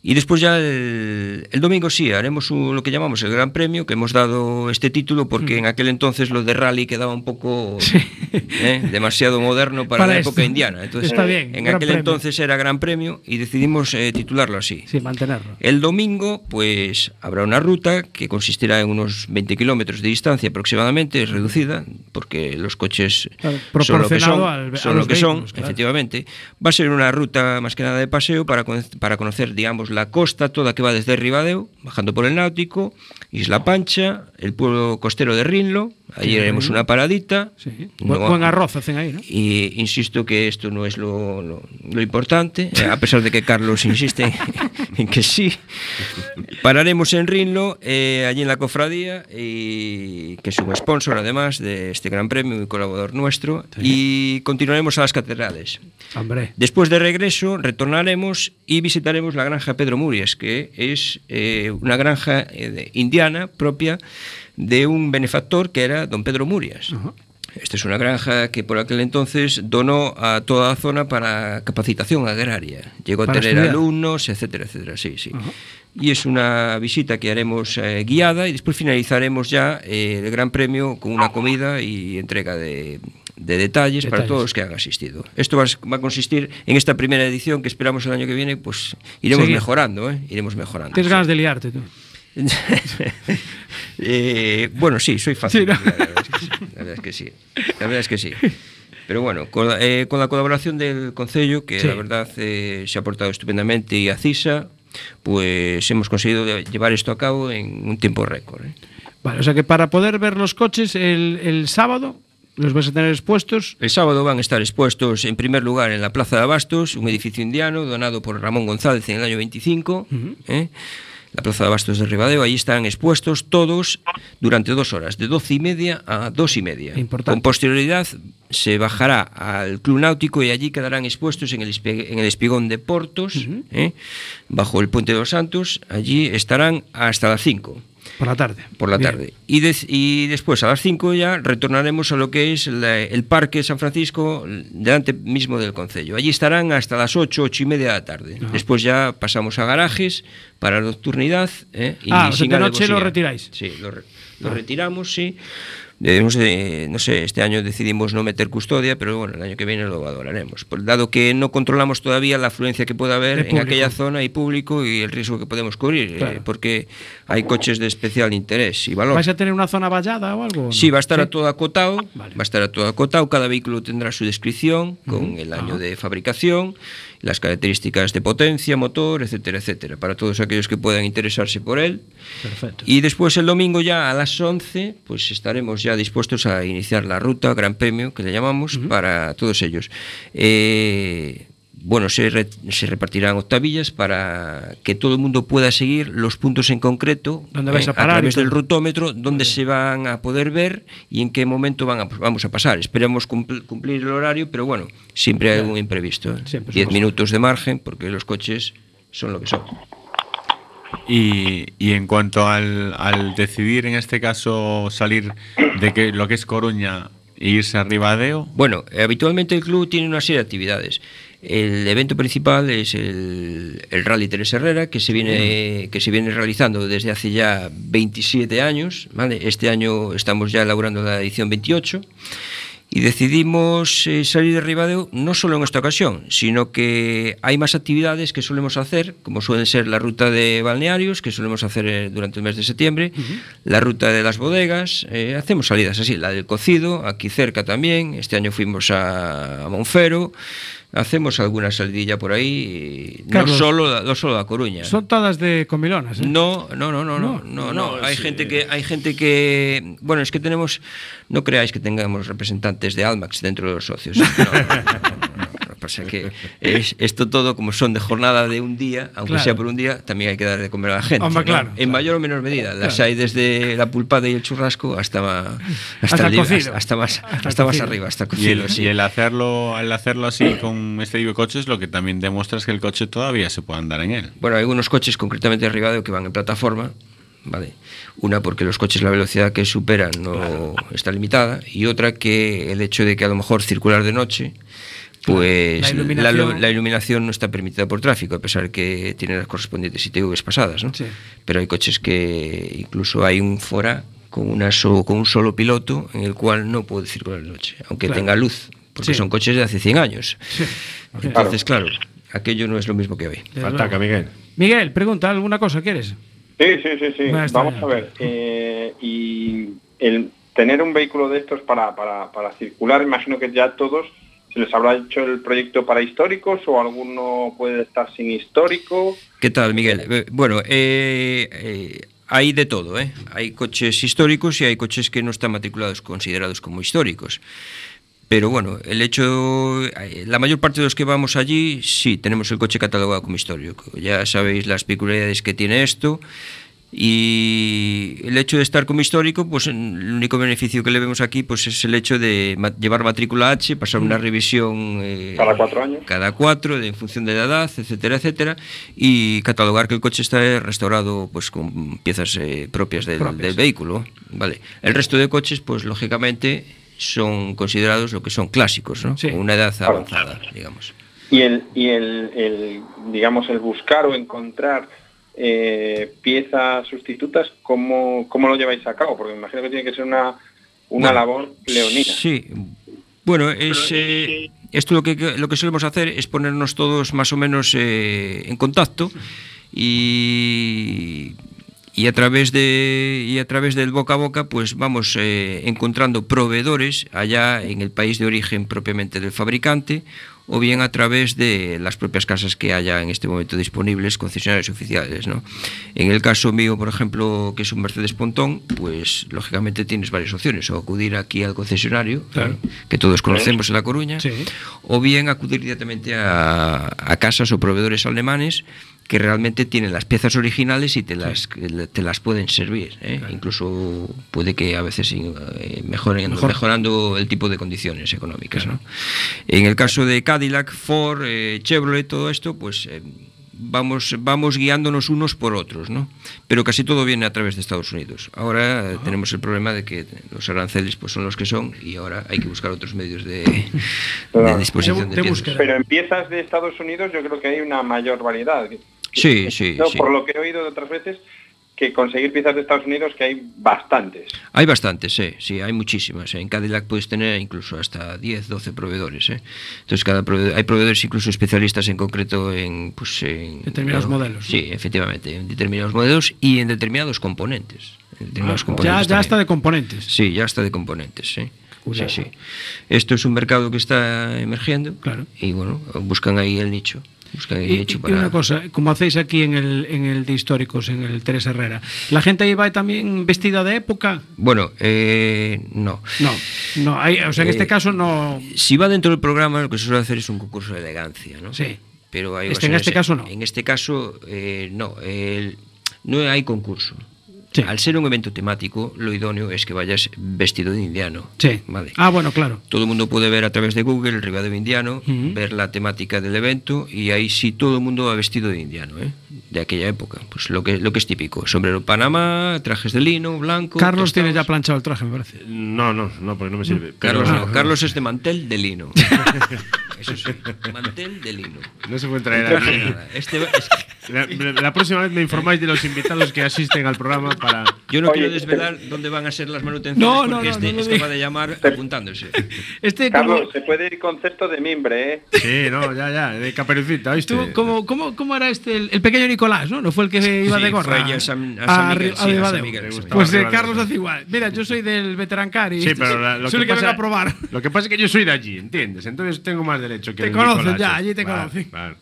Y después ya el, el domingo sí, haremos un- lo que llamamos el Gran Premio, que hemos dado este título porque en aquel entonces lo de rally quedaba un poco eh, demasiado moderno para, Para la esto. época indiana. Entonces, Está bien, en Gran aquel Premio. entonces era Gran Premio y decidimos eh, titularlo así. Sí, mantenerlo. El domingo, pues habrá una ruta que consistirá en unos 20 kilómetros de distancia aproximadamente, es reducida, porque los coches Claro, son lo que proporcionado son, al- a son lo los que son, vehículos, claro. efectivamente. Va a ser una ruta más que nada de paseo para, cono- para conocer, digamos, la costa toda que va desde Ribadeo, bajando por el Náutico, Isla Pancha, el pueblo costero de Rinlo. Allí Sí, haremos Rinlo. una paradita. Buen, No- buen arroz hacen ahí, ¿no? y insisto que esto no es lo, lo- lo importante, eh, a pesar de que Carlos insiste en que sí. Pararemos en Rinlo, eh, allí en la cofradía, y, que es un sponsor además de este gran premio y colaborador nuestro, y continuaremos a las catedrales. Hombre. Después de regreso, retornaremos y visitaremos la granja Pedro Murias, que es eh, una granja eh, de- indiana propia de un benefactor que era don Pedro Murias. Esta es una granja que por aquel entonces donó a toda la zona para capacitación agraria. Llegó a Para tener estudiar. alumnos, etcétera, etcétera. Sí, sí. Y es una visita que haremos eh, guiada y después finalizaremos ya eh, el Gran Premio con una comida y entrega de, de detalles, para Detalles. todos los que han asistido. Esto va, a s- va a consistir en esta primera edición que esperamos el año que viene, pues iremos Seguir. mejorando, ¿eh? Iremos mejorando. Tienes ganas de liarte tú. Eh, bueno, sí, soy fácil. Sí, ¿no? la, verdad es que sí, la verdad es que sí. La verdad es que sí. Pero bueno, con la, eh, con la colaboración del Concello, que Sí. la verdad eh, se ha portado estupendamente, y a CISA, pues hemos conseguido de- llevar esto a cabo en un tiempo récord. ¿eh? Vale, o sea que para poder ver los coches el, el sábado, los vas a tener expuestos. El sábado van a estar expuestos, en primer lugar, en la Plaza de Abastos, un edificio indiano donado por Ramón González en el año 25. ¿eh? La Plaza de Abastos de Ribadeo, ahí están expuestos todos durante dos horas, de doce y media a dos y media. Con posterioridad se bajará al Club Náutico y allí quedarán expuestos en el, espe- en el espigón de Portos, ¿eh? bajo el Puente de los Santos. Allí estarán hasta las 5 Por la tarde. por la Bien. tarde. Y, des- y después, a las 5 ya, retornaremos a lo que es la- el Parque San Francisco, delante mismo del Concello. Allí estarán hasta las 8, 8 y media de la tarde. Después ya pasamos a garajes para nocturnidad. ¿eh? Y Ah, o sea, sin de noche lo alevosía. retiráis. Ah. Sí, lo, re- lo retiramos, sí. Debemos de- no sé, este año decidimos no meter custodia, pero bueno, el año que viene lo valoraremos. Por- Dado que no controlamos todavía la afluencia que pueda haber De en público. aquella zona y público y el riesgo que podemos cubrir, eh, Claro. porque hay coches de especial interés y valor. ¿Vais a tener una zona vallada o algo? o no? Sí, va a estar a todo acotado. Va a estar a todo acotado. Cada vehículo tendrá su descripción con el año de fabricación, las características de potencia, motor, etcétera, etcétera. Para todos aquellos que puedan interesarse por él. Perfecto. Y después el domingo ya a las 11, pues estaremos ya dispuestos a iniciar la ruta, Gran Premio, que le llamamos, para todos ellos. Eh, bueno, se, re- se repartirán octavillas para que todo el mundo pueda seguir los puntos en concreto eh, Dónde vais a a parar y través del todo. rutómetro, dónde se van a poder ver y en qué momento van a- vamos a pasar. Esperamos cumpl- cumplir el horario, pero bueno, siempre hay algún imprevisto. ¿eh? Siempre, Diez supuesto. minutos de margen, porque los coches son lo que son. Y, y en cuanto al, al decidir, en este caso, salir de que, lo que es Coruña e irse a Ribadeo, Bueno, eh, habitualmente el club tiene una serie de actividades. El evento principal es el, el Rally Teres Herrera, que se, viene, que se viene realizando desde hace ya 27 años. ¿vale? Este año estamos ya elaborando la edición 28. y decidimos eh, salir de Ribadeo no solo en esta ocasión, sino que hay más actividades que solemos hacer, como suelen ser la ruta de balnearios, que solemos hacer eh, durante el mes de septiembre, la ruta de las bodegas, eh, hacemos salidas así, la del cocido, aquí cerca también, este año fuimos a, a Monfero, hacemos alguna salidilla por ahí, eh, Carlos, no, solo, no solo a Coruña. Son todas de comilonas. ¿eh? No, no, no, no, no, no, no. Hay gente que, hay gente que, bueno, es que tenemos, no creáis que tengamos representantes de Almax dentro de los socios. No, no, no. Lo que pasa es que es- esto todo, como son de jornada de un día, aunque Claro. sea por un día, también hay que dar de comer a la gente. Hombre, ¿no? claro, en mayor o menor medida. Las Claro. hay desde la pulpada y el churrasco hasta ma- Hasta hasta, el- cocido. hasta, hasta más Hasta hasta, más cocido. arriba, hasta Y cocido. el, sí. y el hacerlo, al hacerlo así con este tipo de coches, lo que también demuestra es que el coche todavía se puede andar en él. Bueno, hay unos coches concretamente arribados que van en plataforma, ¿vale? Una porque los coches la velocidad que superan no está limitada y otra que el hecho de que a lo mejor circular de noche pues La la iluminación- la iluminación, no está permitida por tráfico, a pesar que tiene las correspondientes ITVs pasadas, ¿no? Pero hay coches que incluso hay un fora con, una so- con un solo piloto en el cual no puede circular de noche, aunque Claro. tenga luz, porque Sí. son coches de hace 100 años. Claro. Entonces, claro, aquello no es lo mismo que hoy. Desde Ataca, Miguel. Miguel, pregunta, ¿alguna cosa quieres? Sí, sí, sí, sí. Bueno, está Vamos bien. a ver. eh, y el tener un vehículo de estos para, para, para circular, imagino que ya todos se les habrá hecho el proyecto para históricos o alguno puede estar sin histórico. ¿Qué tal, Miguel? Eh, Bueno, eh, eh, hay de todo, ¿eh? Hay coches históricos y hay coches que no están matriculados, considerados como históricos. Pero bueno, el hecho, eh, la mayor parte de los que vamos allí, sí, tenemos el coche catalogado como histórico. Ya sabéis las peculiaridades que tiene esto. Y el hecho de estar como histórico, pues en- el único beneficio que le vemos aquí pues es el hecho de ma- llevar matrícula H, pasar una revisión eh, Mm. Cada cuatro años. cada cuatro, de- en función de la edad, etcétera, etcétera, y catalogar que el coche está restaurado pues con piezas eh, propias, del, Propias. del vehículo. Vale. El resto de coches, pues lógicamente, son considerados lo que son clásicos, ¿no? Con una edad avanzada, digamos. Y el, y el, el, digamos, el buscar o encontrar eh, piezas sustitutas, ¿cómo, ¿cómo lo lleváis a cabo? Porque me imagino que tiene que ser una, una Bueno, labor leonina. Sí. Bueno, es, eh, esto lo que, lo que solemos hacer es ponernos todos más o menos eh, en contacto y, y, a través de, y a través del boca a boca pues vamos eh, encontrando proveedores allá en el país de origen propiamente del fabricante o bien a través de las propias casas que haya en este momento disponibles, concesionarios oficiales, ¿no? En el caso mío, por ejemplo, que es un Mercedes Pontón, pues lógicamente tienes varias opciones, o acudir aquí al concesionario, Claro. ¿eh? que todos conocemos en La Coruña, o bien acudir directamente a, a casas o proveedores alemanes que realmente tienen las piezas originales y te las, te las pueden servir. ¿eh? Incluso puede que a veces eh, mejoren, Mejor. mejorando el tipo de condiciones económicas. ¿no? En el caso de Cadillac, Ford, eh, Chevrolet, todo esto, pues eh, vamos, vamos guiándonos unos por otros, ¿no? Pero casi todo viene a través de Estados Unidos. Ahora eh, tenemos el problema de que los aranceles pues, son los que son y ahora hay que buscar otros medios de, de disposición de piezas. Pero en piezas de Estados Unidos yo creo que hay una mayor variedad. Sí, sí, No, sí. Por lo que he oído de otras veces, que conseguir piezas de Estados Unidos que hay bastantes. Hay bastantes, sí, sí, hay muchísimas. En Cadillac puedes tener incluso hasta 10, 12 proveedores. ¿eh? Entonces, cada proveedor- hay proveedores incluso especialistas en concreto en... Pues, en Determinados claro, modelos. Sí, efectivamente, en determinados modelos y en determinados componentes. En determinados Ah, ya componentes ya también. está de componentes. Sí, ya está de componentes, sí. curioso. Sí, sí. Esto es un mercado que está emergiendo Claro. y bueno, buscan ahí el nicho. Buscan ahí Y, el nicho y para... una cosa, ¿eh? como hacéis aquí en el, en el de históricos, en el Teresa Herrera, ¿la gente ahí va también vestida de época? Bueno, eh, no. No, no, hay- o sea, en este Eh, caso no. Si va dentro del programa, lo que se suele hacer es un concurso de elegancia, ¿no? Sí. Pero hay Este- en ocasiones- este caso no. En este caso, eh, no. el- no hay concurso. Al ser un evento temático, lo idóneo es que vayas vestido de indiano. Sí. Vale. Ah, bueno, claro. Todo el mundo puede ver a través de Google el Ribadeo Indiano, ver la temática del evento y ahí sí todo el mundo va vestido de indiano, ¿eh? de aquella época. Pues lo que, lo que es típico, sombrero Panamá, trajes de lino, blanco. Carlos tostados. tiene ya planchado el traje, me parece. No, no, no, porque no me sirve. Carlos, Pero- no, Carlos es de mantel de lino. Eso sí, mantel de lino. No se puede traer No traje aquí. nada. Este va- es- La, la próxima vez me informáis de los invitados que asisten al programa para. Yo no quiero desvelar dónde van a ser las manutenciones eh, No, no, porque no, este no lo es digas. capaz de llamar apuntándose. Este Carlos, como- se puede ir concepto de mimbre, ¿eh? Sí, no, ya, ya, de caperucita, ¿viste? Tú, ¿cómo, cómo, cómo era este? El, el pequeño Nicolás, ¿no? ¿No fue el que iba Sí, de gorra? fue allí a San- a Ah, San A Ri- a Miguel, sí, a San Ribadeo. Miguel, le gustaba Pues eh, Ribadeo. Carlos hace igual. Mira, yo soy del Veterancari. Sí, pero la- lo soy que el que vengo pasa- a probar. Lo que pasa es que yo soy de allí, ¿entiendes? Entonces tengo más derecho que Te el conocen Nicolás. este. ya, allí te conocen. vale.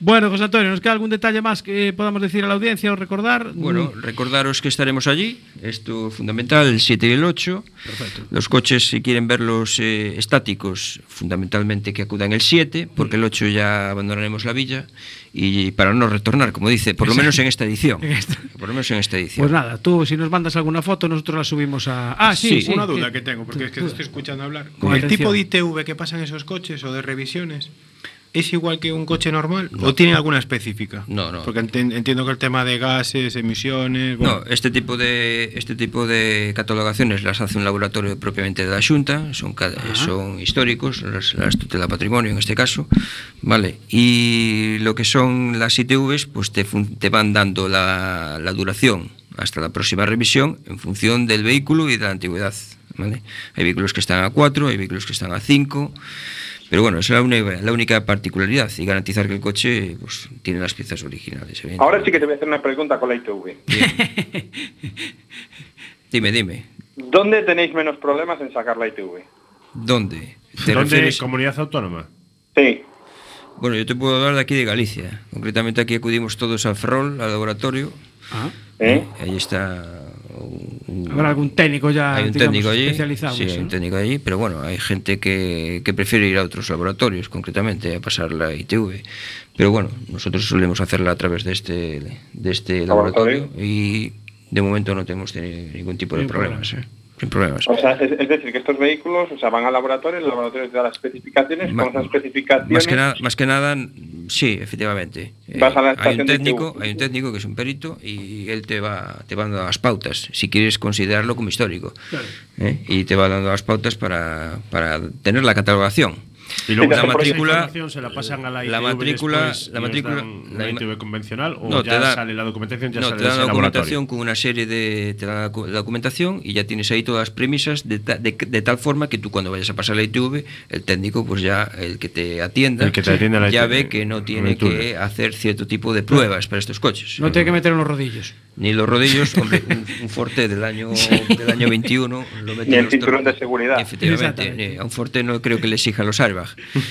Bueno, José Antonio, ¿nos queda algún detalle más que podamos decir a la audiencia o recordar? Mm. Bueno, recordaros que estaremos allí, esto fundamental, el 7 y el 8. Perfecto. Los coches, si quieren verlos eh, estáticos, fundamentalmente que acudan el 7, porque el 8 ya abandonaremos la villa, y para no retornar, como dice, por lo menos en esta edición. Por lo menos en esta edición. Pues nada, tú si nos mandas alguna foto, nosotros la subimos a. Ah, sí, sí, una sí. duda que tengo, porque es que te estoy escuchando hablar. Con ¿El tipo de atención. ITV que pasan esos coches o de revisiones es igual que un coche normal o tiene alguna específica? No, no. Porque enten- entiendo que el tema de gases, emisiones. bueno, No, este tipo de este tipo de catalogaciones las hace un laboratorio propiamente de la Junta, son ca- son históricos, las, las tutela patrimonio en este caso, vale. Y lo que son las ITVs, pues te, fun- te van dando la, la duración hasta la próxima revisión en función del vehículo y de la antigüedad, ¿vale? Hay vehículos que están a 4, hay vehículos que están a 5. Pero bueno, esa es la, uni- la única particularidad y garantizar que el coche pues, tiene las piezas originales. evidentemente. Ahora sí que te voy a hacer una pregunta con la ITV. Dime, dime, ¿Dónde tenéis menos problemas en sacar la ITV? ¿dónde? ¿Dónde refieres- comunidad autónoma? Sí. Bueno, yo te puedo hablar de aquí de Galicia. Concretamente aquí acudimos todos al Ferrol, al laboratorio. Ah. ¿Eh? Ahí está un- un- Habrá algún técnico ya hay un digamos, técnico allí. especializado. Sí, en eso, hay un ¿no? técnico allí, pero bueno, hay gente que, que prefiere ir a otros laboratorios, concretamente a pasar la ITV. Pero bueno, nosotros solemos hacerla a través de este, de este Laboratorio. laboratorio y de momento no tenemos tenido ningún tipo de Ningún problemas. ¿eh? Sin problemas. O sea, es, es decir, que estos vehículos o sea, van al laboratorio, el laboratorio te da las especificaciones, Ma- con esas especificaciones... Más que, nada, más que nada, mm, sí, efectivamente. Eh, Vas a la hay, un estación de técnico, hay un técnico que es un perito y él te va, te va dando las pautas, si quieres considerarlo como histórico. ¿eh? Y te va dando las pautas para, para tener la catalogación. Y luego la esa matrícula, información se la pasan a la, la ITV matrícula- después y la os matrícula- dan la una ima- ITV convencional o no, ya te da- sale la documentación ya no, sale te da ese la laboratorio. documentación con una serie de te da la docu- la documentación y ya tienes ahí todas las premisas de, ta- de, de tal forma que tú cuando vayas a pasar la ITV el técnico pues ya el que te atienda, El que te atienda la ya ITV, ve que no tiene ITV. que hacer cierto tipo de pruebas para estos coches No tiene que meter unos rodillos. ni los rodillos, hombre, un, un forte del año del año 21 lo meten Ni el los cinturón tor- de seguridad. Efectivamente, eh, a un forte no creo que le exijan los airbag.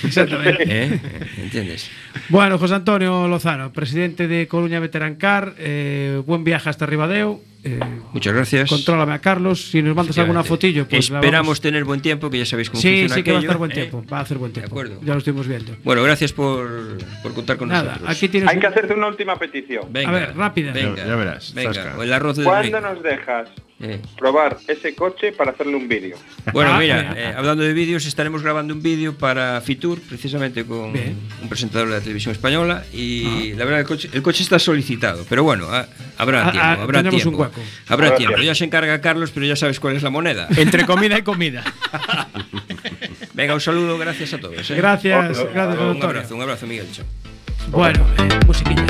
Exactamente. ¿Eh? ¿Entiendes? Bueno, José Antonio Lozano, presidente de Coruña Veterancar, eh, buen viaje hasta Ribadeo. Eh, Muchas gracias. Contrólame a Carlos. Si nos mandas alguna fotillo, pues la Esperamos vamos- tener buen tiempo, que ya sabéis cómo Sí, sí funciona que va a aquello, estar buen ¿eh? tiempo. Va a hacer buen tiempo. acuerdo. Ya lo estuvimos viendo. Bueno, gracias por, por contar con Nada, nosotros. aquí tienes Hay que hacerte una última petición. Venga, Venga, Ya verás, Venga, zasca. o el arroz de ¿Cuándo nos dejas probar ese coche para hacerle un vídeo? Ah, Bueno, mira, eh, hablando de vídeos, estaremos grabando un vídeo para Fitur, precisamente con Bien. un presentador de la televisión española. Y la verdad, el coche, el coche está solicitado, pero bueno, ah, habrá Ah, tiempo. ah, habrá tenemos tiempo. un hueco. Habrá Habrá tiempo. tiempo. Ya se encarga Carlos, pero ya sabes cuál es la moneda. Entre comida y comida. Venga, un saludo, gracias a todos. ¿eh? Gracias, gracias, don Un Antonio. abrazo, un abrazo, Miguel. Chao. Bueno, eh, musiquilla.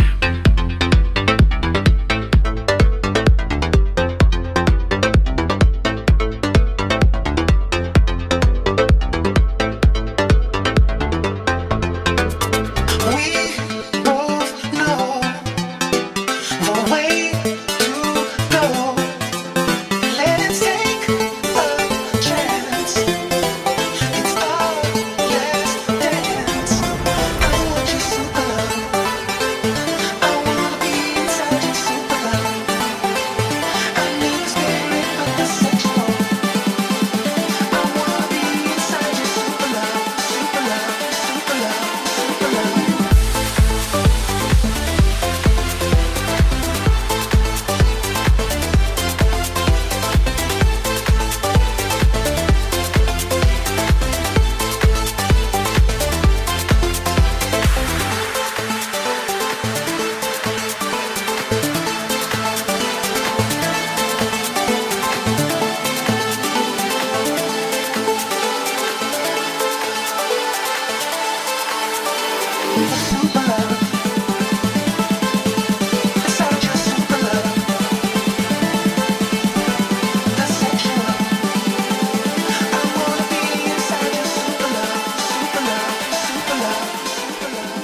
We both know the way to go. Let's take a chance. It's our last dance. I want you super. I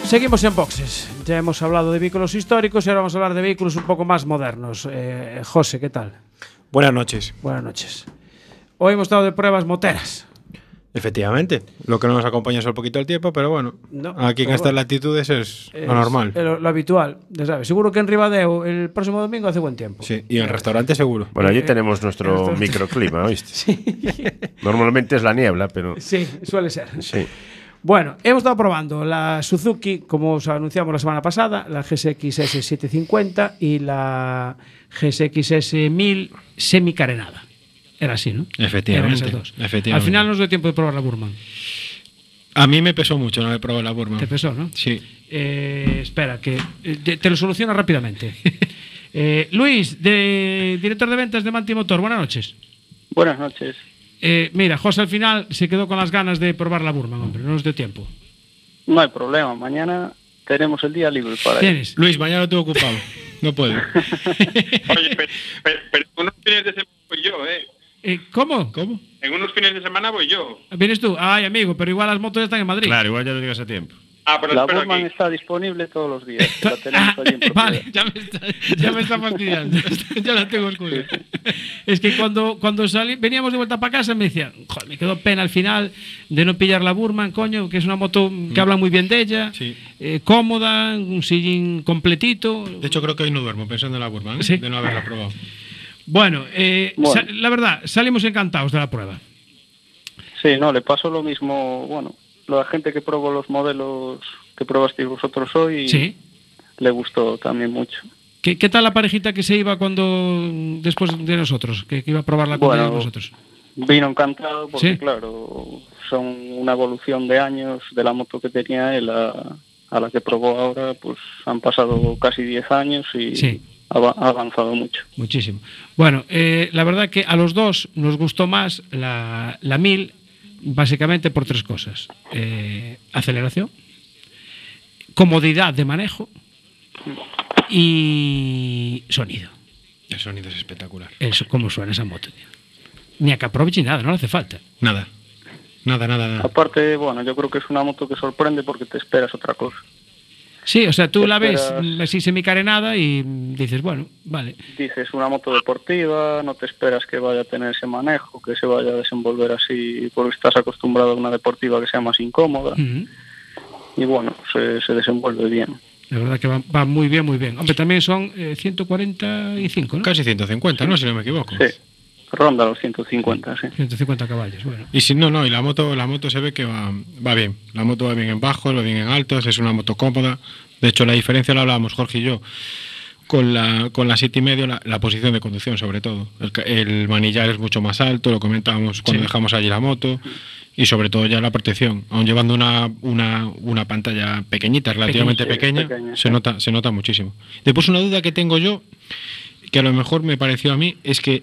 Seguimos en boxes. Ya hemos hablado de vehículos históricos y ahora vamos a hablar de vehículos un poco más modernos. Eh, José, ¿qué tal? Buenas noches. Buenas noches. Hoy hemos estado de pruebas moteras. Efectivamente. Lo que no nos acompaña es un poquito el tiempo, pero bueno. No, aquí en pero estas bueno. latitudes es, Es eh, lo normal. Lo, lo habitual, ya sabes. Seguro que en Ribadeo el próximo domingo hace buen tiempo. Sí, y en restaurante seguro. Bueno, allí tenemos Eh, en nuestro restaurante. microclima, ¿oíste? Normalmente es la niebla, pero. Sí, suele ser. Sí. Bueno, hemos estado probando la Suzuki, como os anunciamos la semana pasada, la GSX-S 750 y la GSX-S 1000 semicarenada. Era así, ¿no? Eran Efectivamente. esas dos. efectivamente. Al final nos dio tiempo de probar la Burman. A mí me pesó mucho no haber probado la Burma. Te pesó, ¿no? Sí. Eh, espera, que eh, te, te lo soluciona rápidamente. Eh, Luis, de, director de ventas de Manti Motor, buenas noches. Buenas noches. Eh, mira, José al final se quedó con las ganas de probar la Burman, hombre, no nos dio tiempo. No hay problema, mañana tenemos el día libre para ir. ¿Tienes? Luis, mañana lo tengo ocupado. No puedo. En unos fines de semana voy yo, ¿eh? Eh, ¿Cómo? ¿Cómo? En unos fines de semana voy yo. ¿Vienes tú? Ay, amigo, pero igual las motos ya están en Madrid. Claro, igual ya lo llegas a tiempo. Ah, pero la espero Burman aquí. está disponible todos los días. La tenemos allí en Ah, Vale, propiedad. ya me está, ya me está fastidiando. ya la tengo escondida. Es que cuando, cuando salí, veníamos de vuelta para casa me decían, "Joder, me quedó pena al final de no pillar la Burman, coño, que es una moto Mm. que habla muy bien de ella, eh, cómoda, un sillín completito. De hecho, creo que hoy no duermo pensando en la Burma, ¿eh? Sí. de no haberla probado. Bueno, eh, Bueno. sa- la verdad, salimos encantados de la prueba. Sí, no, le pasó lo mismo, bueno, la gente que probó los modelos que probasteis vosotros hoy Sí. le gustó también mucho. ¿Qué, qué tal la parejita que se iba cuando después de nosotros, que, que iba a probarla con Bueno, nosotros? Vino encantado porque, Sí. claro, son una evolución de años de la moto que tenía él a, a la que probó ahora, pues han pasado casi 10 años y Sí. ha va- ha avanzado mucho. Muchísimo. Bueno, eh, la verdad que a los dos nos gustó más la, la 1000, básicamente por tres cosas. Eh, aceleración, comodidad de manejo y sonido. El sonido es espectacular. Eso, cómo suena esa moto. tío. Ni a Caprovic ni nada, no le hace falta. Nada. Nada, nada, nada. Aparte, bueno, yo creo que es una moto que sorprende porque te esperas otra cosa. Sí, o sea, tú la ves Esperas- mm, así semicarenada y mm, dices, bueno, vale. Dices una moto deportiva, no te esperas que vaya a tener ese manejo, que se vaya a desenvolver así porque estás acostumbrado a una deportiva que sea más incómoda Ujú. y bueno, se, se desenvuelve bien. La verdad que va, va muy bien, muy bien. Hombre, también son eh, 145, ¿no? Casi 150, ¿no? Si no me equivoco. Sí, ronda los 150, sí. 150 caballos, bueno. Y si no, no, y la moto, la moto se ve que va, va bien. La moto va bien en bajos, va bien en altos, es una moto cómoda. De hecho, la diferencia la hablábamos Jorge y yo con la con la siete y medio, la, la posición de conducción sobre todo. El, ca- el manillar es mucho más alto, lo comentábamos cuando Sí. dejamos allí la moto y sobre todo ya la protección. Aún llevando una, una, una pantalla pequeñita, relativamente pequeña, Pequeña. Sí, pequeña, se nota se nota muchísimo. Después una duda que tengo yo que a lo mejor me pareció a mí es que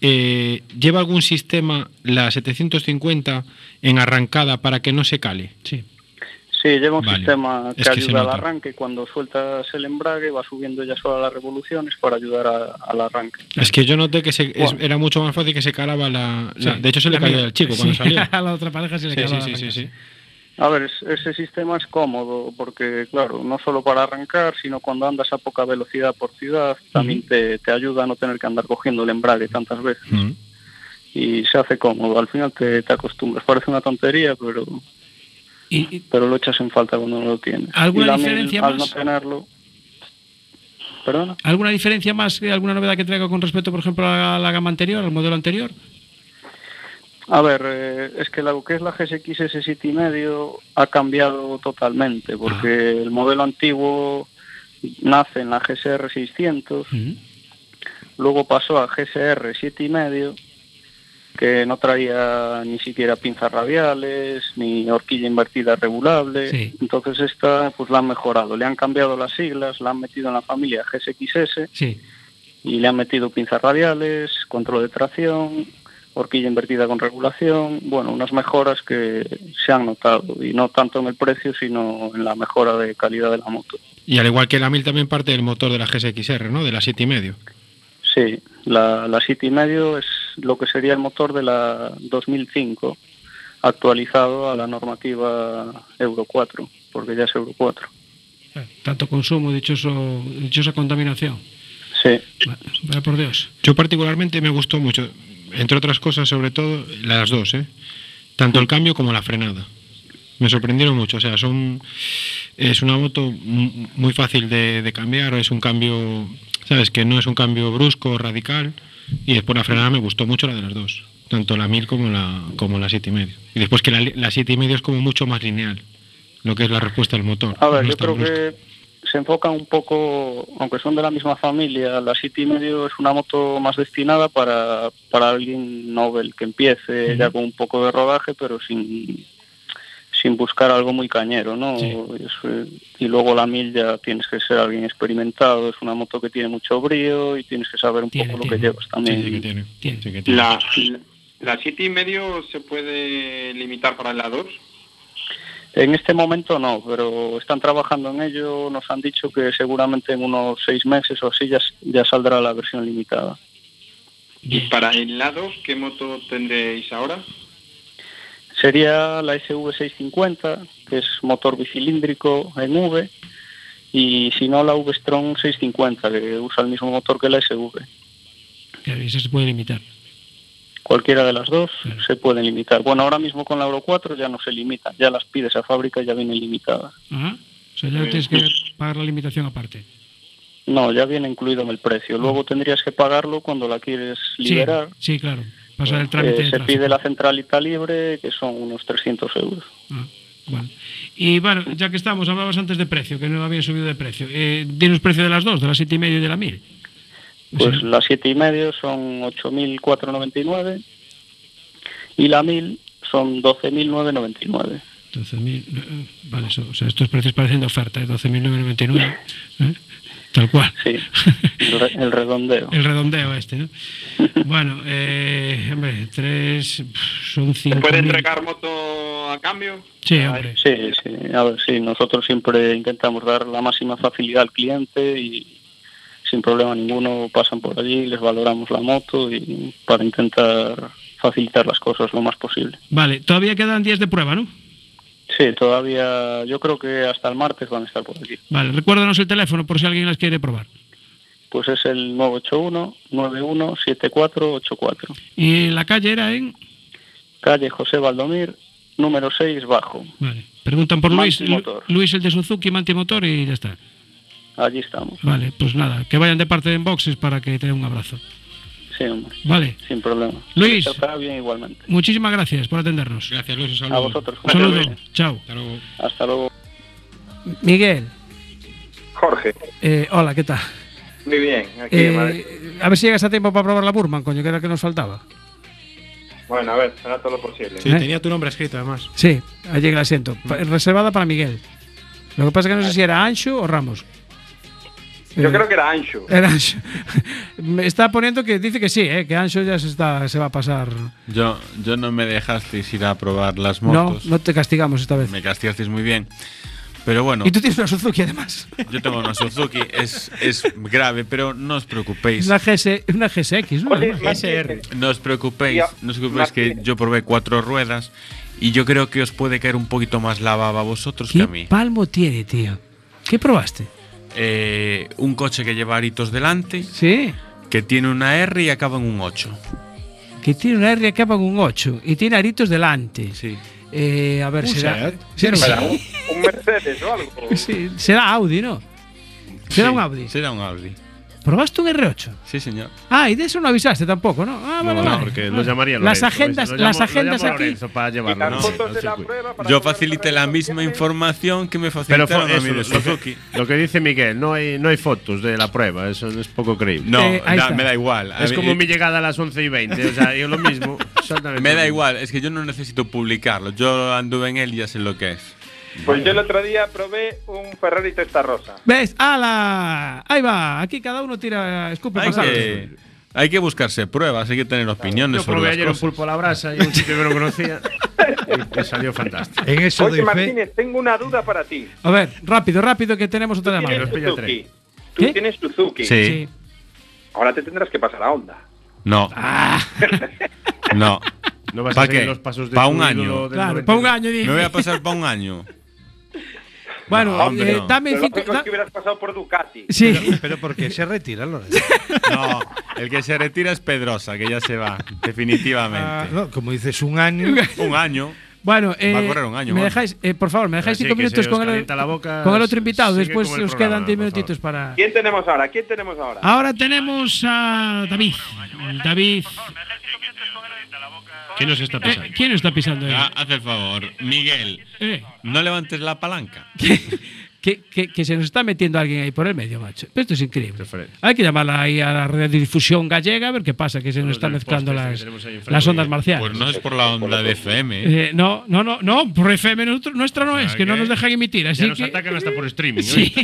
eh, lleva algún sistema la 750 en arrancada para que no se cale. Sí. Sí, lleva un Vale. sistema que Es que se ayuda al nota. arranque. Cuando sueltas el embrague va subiendo ya sola las revoluciones para ayudar a- al arranque. Es que yo noté que se- es- Bueno. era mucho más fácil que se calaba la, la- Sí, de hecho se le la cayó mía. al chico cuando Sí. salió. A la otra pareja se le Sí, quedaba sí, sí, la sí, sí. A ver, es- ese sistema es cómodo porque, claro, no solo para arrancar, sino cuando andas a poca velocidad por ciudad, también te, te ayuda a no tener que andar cogiendo el embrague tantas veces. ¿Eh? Ujú. Y se hace cómodo, al final te, te acostumbras. Parece una tontería, pero pero lo echas en falta cuando no lo tienes. ¿Alguna Y la mil, diferencia al más? no tenerlo... ¿Perdona? ¿Alguna diferencia más, eh, alguna novedad que traiga con respecto, por ejemplo, a la gama anterior, al modelo anterior? A ver, eh, es que lo que es la GSX S 7 y medio ha cambiado totalmente, porque Ah. el modelo antiguo nace en la GSR 600, Mm. luego pasó a GSR 7 y medio, que no traía ni siquiera pinzas radiales, ni horquilla invertida regulable, Sí. entonces esta pues la han mejorado, le han cambiado las siglas, la han metido en la familia GSXS Sí. y le han metido pinzas radiales, control de tracción, horquilla invertida con regulación, bueno, unas mejoras que se han notado y no tanto en el precio sino en la mejora de calidad de la moto. Y al igual que la 1000 también parte del motor de la GSXR, ¿no? De la 7 y medio. Sí, la, la City Medio es lo que sería el motor de la 2005 actualizado a la normativa Euro 4, porque ya es Euro 4. tanto consumo, dichoso, dichosa contaminación. Sí. Vaya por Dios. Yo particularmente me gustó mucho, entre otras cosas, sobre todo las dos, ¿eh? tanto el cambio como la frenada. Me sorprendieron mucho, o sea, son es una moto m- muy fácil de, de cambiar, es un cambio, sabes, que no es un cambio brusco, radical, y después la frenada me gustó mucho la de las dos, tanto la 1000 como la como la siete y medio. Y después que la, li- la siete y medio es como mucho más lineal, lo que es la respuesta del motor. A ver, No yo es tan creo brusca. que se enfocan un poco, aunque son de la misma familia, la City Medio es una moto más destinada para, para alguien novel que empiece ya con un poco de rodaje, pero sin sin buscar algo muy cañero, ¿no? Es, eh, y luego la mil ya tienes que ser alguien experimentado, es una moto que tiene mucho brío y tienes que saber un poco lo que llevas también. La, la siete y medio se puede limitar para el A2. En este momento no, pero están trabajando en ello. Nos han dicho que seguramente en unos seis meses o así ya, ya saldrá la versión limitada. Y para el A2, ¿qué moto tendréis ahora? Sería la SV650, que es motor bicilíndrico en V, y si no la V-Strong 650, que usa el mismo motor que la SV. Que eso se puede limitar. Cualquiera de las dos se pueden limitar. Bueno, ahora mismo con la Euro 4 ya no se limita, ya las pides a fábrica y ya viene limitada. Ajá. O sea, ya tienes que pagar la limitación aparte. No, ya viene incluido en el precio. Luego tendrías que pagarlo cuando la quieres liberar. Mm. Sí, sí, claro. Pasar el trámite Eh, de se tráfico. pide la centralita libre, que son unos 300 euros. Bueno. Y bueno, ya que estamos, hablabas antes de precio, que no había subido de precio. Eh, dinos precio de las dos, de las siete y medio y de la mil. Pues la siete y medio son 8.499 y la 1.000 son 12.999. 12.000. eh, Vale, eso, o sea, estos precios parecen de oferta, ¿eh? 12.999. ¿eh? Tal cual. Sí, el, re- el redondeo. El redondeo este, ¿no? Bueno, eh, hombre, tres pf, son cinco. ¿Puede mil. entregar moto a cambio? Sí, hombre. Sí, sí, a ver, sí, nosotros siempre intentamos dar la máxima facilidad al cliente y sin problema ninguno pasan por allí, les valoramos la moto y para intentar facilitar las cosas lo más posible. Vale, todavía quedan días de prueba, ¿no? Sí, todavía yo creo que hasta el martes van a estar por aquí. Vale, recuérdanos el teléfono por si alguien las quiere probar. Pues es el 981-917484. Y la calle era en. Calle José Valdomir, número 6, bajo. Vale. Preguntan por Luis, Lu- Mantimotor. Luis el de Suzuki, Mantimotor y ya está. Allí estamos. Vale, pues nada, que vayan de parte de Enboxes para que te den un abrazo. Sí, hombre. Vale. Sin problema. Luis. Se tratará bien igualmente. Muchísimas gracias por atendernos. Gracias, Luis, un saludo. A vosotros. Un saludo. Gracias, Chao. Hasta luego. Miguel, Jorge, eh, hola, ¿qué tal? muy bien. Aquí Eh, en Madrid. a ver si llegas a tiempo para probar la Burman, coño, que era la que nos faltaba. Bueno, a ver, hará todo lo posible. Sí, ¿Eh? tenía tu nombre escrito además. Sí, allí en el asiento. Pa- Reservada para Miguel. Lo que pasa es que no sé si era Ancho o Ramos. Yo Eh, creo que era Ancho. Era Ancho. Me está poniendo que dice que sí, eh, que Ancho ya se, está, se va a pasar. Yo, yo no me dejasteis ir a probar las No, motos. no te castigamos esta vez. Me castigasteis muy bien. Pero bueno, Y tú tienes una Suzuki además. yo tengo una Suzuki, es, es grave, pero no os preocupéis. Una, GS, una GSX, ¿no? No os preocupéis, Ya, no os preocupéis que yo probé cuatro ruedas y yo creo que os puede caer un poquito más la baba a vosotros que a ¿Qué mí. palmo tiene, tío? ¿Qué probaste? Eh, un coche que lleva aritos delante, Sí. que tiene una R y acaba en un 8. Que tiene una R que con un 8 y tiene aritos delante. Sí. Eh, a ver, Un será. Seat. Sí, Será un- Un Mercedes o algo. sí, será Audi, ¿no? Será Sí, un Audi. Será un Audi. ¿Probaste un R8? Sí, señor. Ah, y de eso no avisaste tampoco, ¿no? Ah, vale, no, vale. porque Ah. lo llamaría Las Lorenzo, agendas, lo llamo- las lo agendas llamo aquí. Lorenzo para llevarlo, ¿no? Yo facilité la misma información que me Pero facilitaron fue eh, a mí eso, de lo, Suzuki. que, lo que dice Miguel, no hay, no hay fotos de la prueba, eso es poco creíble. No, Eh, ahí da- está. me da igual. A Es mí- como eh, mi llegada a las 11 y 20, o sea, yo lo mismo. exactamente Me lo da mismo. igual, es que yo no necesito publicarlo. Yo anduve en él y ya sé lo que es. Pues yo el otro día probé un Ferrari Testarossa. ¿Ves? ¡Hala! Ahí va. Aquí cada uno tira, escupe Hay más alto. que, hay que buscarse pruebas, hay que tener opiniones Yo sobre probé las ayer cosas. un pulpo a la brasa y un sitio que no conocía. y me salió fantástico. En Oye, Martínez, tengo una duda para ti. A ver, rápido, rápido, que tenemos otra llamada. ¿Tienes Suzuki? ¿Tú tienes Suzuki? Sí. Sí. Ahora te tendrás que pasar a Honda. No. no. Ah. No vas a ¿Para seguir qué? los pasos de Para tu un ídolo año. del Claro, pa' un 91. año, Me dije. voy a pasar para un año. Bueno, No, hombre, eh, no. dame Pero cinco- lógico es que hubieras pasado por Ducati. Pero, pero ¿por qué se retira, Lorenzo? No, el que se retira es Pedrosa, que ya se va, definitivamente. Ah, no, como dices, un año. Un año. Bueno, eh, Va a correr un año, me bueno. dejáis, eh, por favor, me dejáis Así cinco que minutos se os con, el, calienta la boca, con el otro invitado. sigue Después con el os programa, quedan diez por minutitos para. ¿Quién tenemos ahora? ¿Quién tenemos ahora? Ahora tenemos a David. David. ¿Quién nos Eh, está pisando? ¿Quién está pisando ahí? haz el favor, Miguel, Eh. no levantes la palanca. Que, que- que se nos está metiendo alguien ahí por el medio, macho. Pero esto es increíble. Hay que llamarla ahí a la radiodifusión gallega a ver qué pasa, que se nos están mezclando las, las ondas marciales. Pues no es por la onda de FM. ¿eh? Eh, no, no, no, no, por FM nosotros- nuestra no Ah, es, que no nos dejan emitir. Así nos que, atacan hasta por streaming. Sí.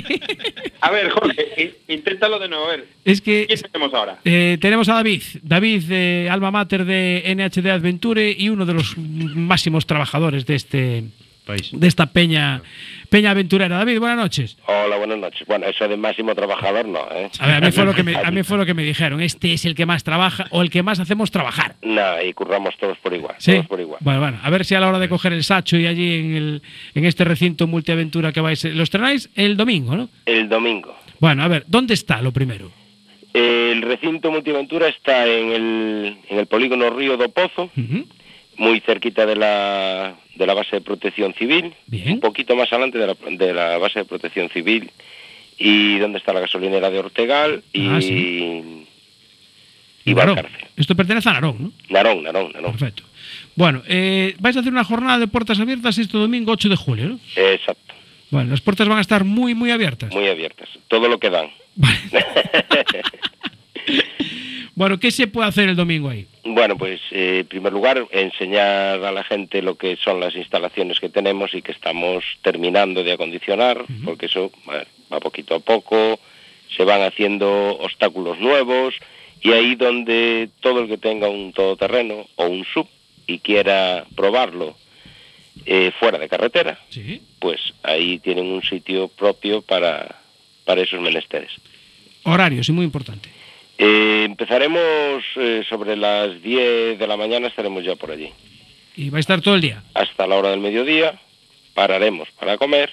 A ver, Jorge, in- inténtalo de nuevo. A ver, es que ¿quién tenemos ahora? Eh, tenemos a David, David, eh, alma mater de NHD Adventure y uno de los máximos trabajadores de este país, de esta peña peña aventurera. David, buenas noches. Hola, buenas noches. Bueno, eso de máximo trabajador no, ¿eh? A ver, a mí fue lo que me, a mí fue lo que me dijeron. Este es el que más trabaja o el que más hacemos trabajar. No, y curramos todos por igual. Sí. Todos por igual. Bueno, bueno, a ver si a la hora de coger el sacho y allí en el en este recinto multiaventura que vais, los estrenáis el domingo, ¿no? El domingo. Bueno, a ver, ¿dónde está lo primero? El recinto Multiventura está en el, en el polígono Río do Pozo, Ujú. muy cerquita de la, de la base de protección civil, un poquito más adelante de la, de la base de protección civil, y donde está la gasolinera de Ortegal y, Ah, y Narón. Valcarce. Esto pertenece a Narón, ¿no? Narón, Narón, Narón. Perfecto. Bueno, eh, vais a hacer una jornada de puertas abiertas este domingo 8 de julio, ¿no? Exacto, Bueno, las puertas van a estar muy, muy abiertas. muy abiertas. Todo lo que dan. Bueno, ¿qué se puede hacer el domingo ahí? Bueno, pues eh, en primer lugar, enseñar a la gente lo que son las instalaciones que tenemos y que estamos terminando de acondicionar, porque eso bueno, va poquito a poco, se van haciendo obstáculos nuevos y ahí donde todo el que tenga un todoterreno o un sub y quiera probarlo eh, fuera de carretera, pues ahí tienen un sitio propio para, para esos menesteres. Horarios, y muy importante. Eh, empezaremos eh, sobre las 10 de la mañana, estaremos ya por allí. Y va a estar todo el día. Hasta la hora del mediodía, pararemos para comer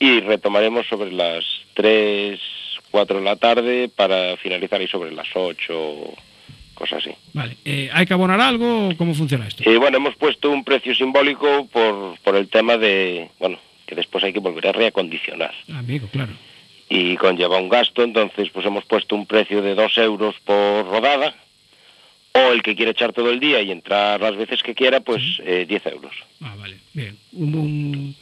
y retomaremos sobre las 3, 4 de la tarde para finalizar ahí sobre las 8, cosas así. Vale, eh, ¿hay que abonar algo o cómo funciona esto? Eh, bueno, hemos puesto un precio simbólico por, por el tema de, bueno, que después hay que volver a reacondicionar. Amigo, claro. y conlleva un gasto, entonces pues hemos puesto un precio de 2 euros por rodada, o el que quiere echar todo el día y entrar las veces que quiera, pues eh, 10 euros. Ah, Bien. un- un-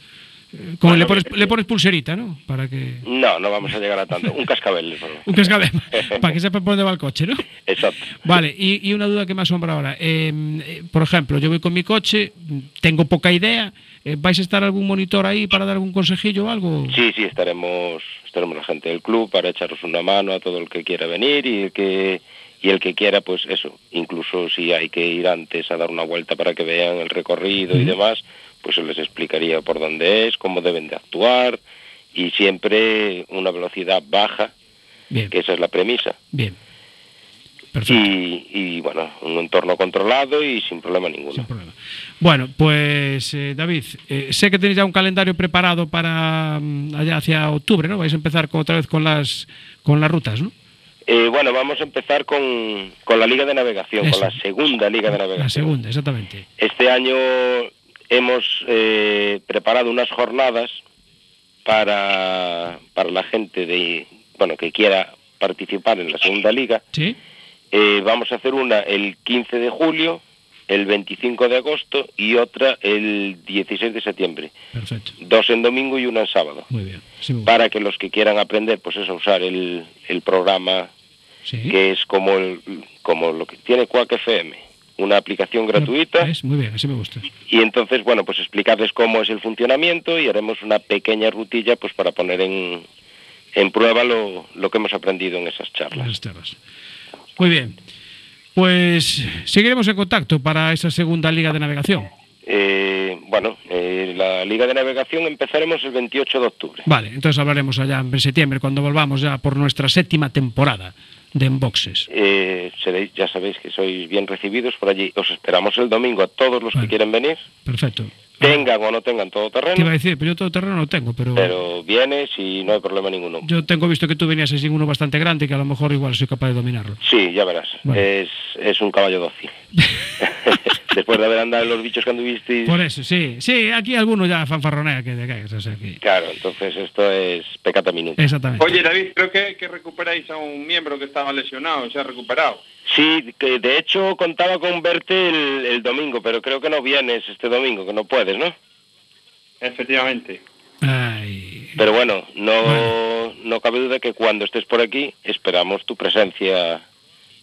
eh, como le, pones, le pones pulserita, ¿no? Para que. No, no vamos a llegar a tanto, un cascabel. por favor. Un cascabel, para Pues que sepa por dónde va el coche, ¿no? Exacto. Vale, y, y una duda que me asombra ahora. Eh, eh, por ejemplo, yo voy con mi coche, tengo poca idea. eh, ¿Vais a estar algún monitor ahí para dar algún consejillo o algo? Sí, sí, estaremos, estaremos la gente del club para echaros una mano a todo el que quiera venir y el que y el que quiera, pues eso, incluso si hay que ir antes a dar una vuelta para que vean el recorrido y demás, pues se les explicaría por dónde es, cómo deben de actuar y siempre una velocidad baja, Bien. que esa es la premisa. Bien. Y, y, bueno, un entorno controlado y sin problema ninguno. Bueno, pues eh, David, eh, sé que tenéis ya un calendario preparado para mm, allá hacia octubre, ¿no? Vais a empezar con- otra vez con las con las rutas, ¿no? Eh, bueno, vamos a empezar con, con la Liga de Navegación, Eso. con la segunda Liga de Navegación. La segunda, exactamente. Este año hemos eh, preparado unas jornadas para, para la gente de bueno que quiera participar en la segunda liga. Sí. Eh, vamos a hacer una el 15 de julio, el 25 de agosto y otra el 16 de septiembre. Perfecto. Dos en domingo y una en sábado. Muy bien. Para que los que quieran aprender, pues eso, usar el, el programa que es como el, como lo que tiene Quack FM, una aplicación gratuita Es muy bien, así me gusta. y entonces, bueno, pues explicarles cómo es el funcionamiento y haremos una pequeña rutilla pues para poner en, en prueba lo, lo que hemos aprendido en esas charlas. Las terras. Muy bien. Pues seguiremos en contacto para esa segunda liga de navegación. Eh, bueno, eh, la Liga de Navegación empezaremos el 28 de octubre. Vale, entonces hablaremos allá en septiembre cuando volvamos ya por nuestra séptima temporada de Enboxes. Eh, seréis, ya sabéis que sois bien recibidos por allí. Os esperamos el domingo a todos los que quieren venir Perfecto. Tengan o no tengan todo Te Ah. iba a terreno, decir, pero yo todo terreno no tengo, pero pero vienes y no hay problema ninguno. yo tengo visto que tú venías sin uno bastante grande y que a lo mejor igual soy capaz de dominarlo. Sí, ya verás. Vale. Es, es un caballo dócil. Después de haber andado en los bichos que anduvisteis. Por eso, sí. Sí, aquí alguno ya fanfarronea que te caigas. O sea, que... Claro, entonces esto es pecata minuta. Exactamente. Oye, David, creo que, que recuperáis a un miembro que estaba lesionado, se ha recuperado. Sí, que de hecho contaba con verte el, el domingo, pero creo que no vienes este domingo, que no puedes, ¿no? Efectivamente. Ah, Pero bueno, no, no cabe duda que cuando estés por aquí esperamos tu presencia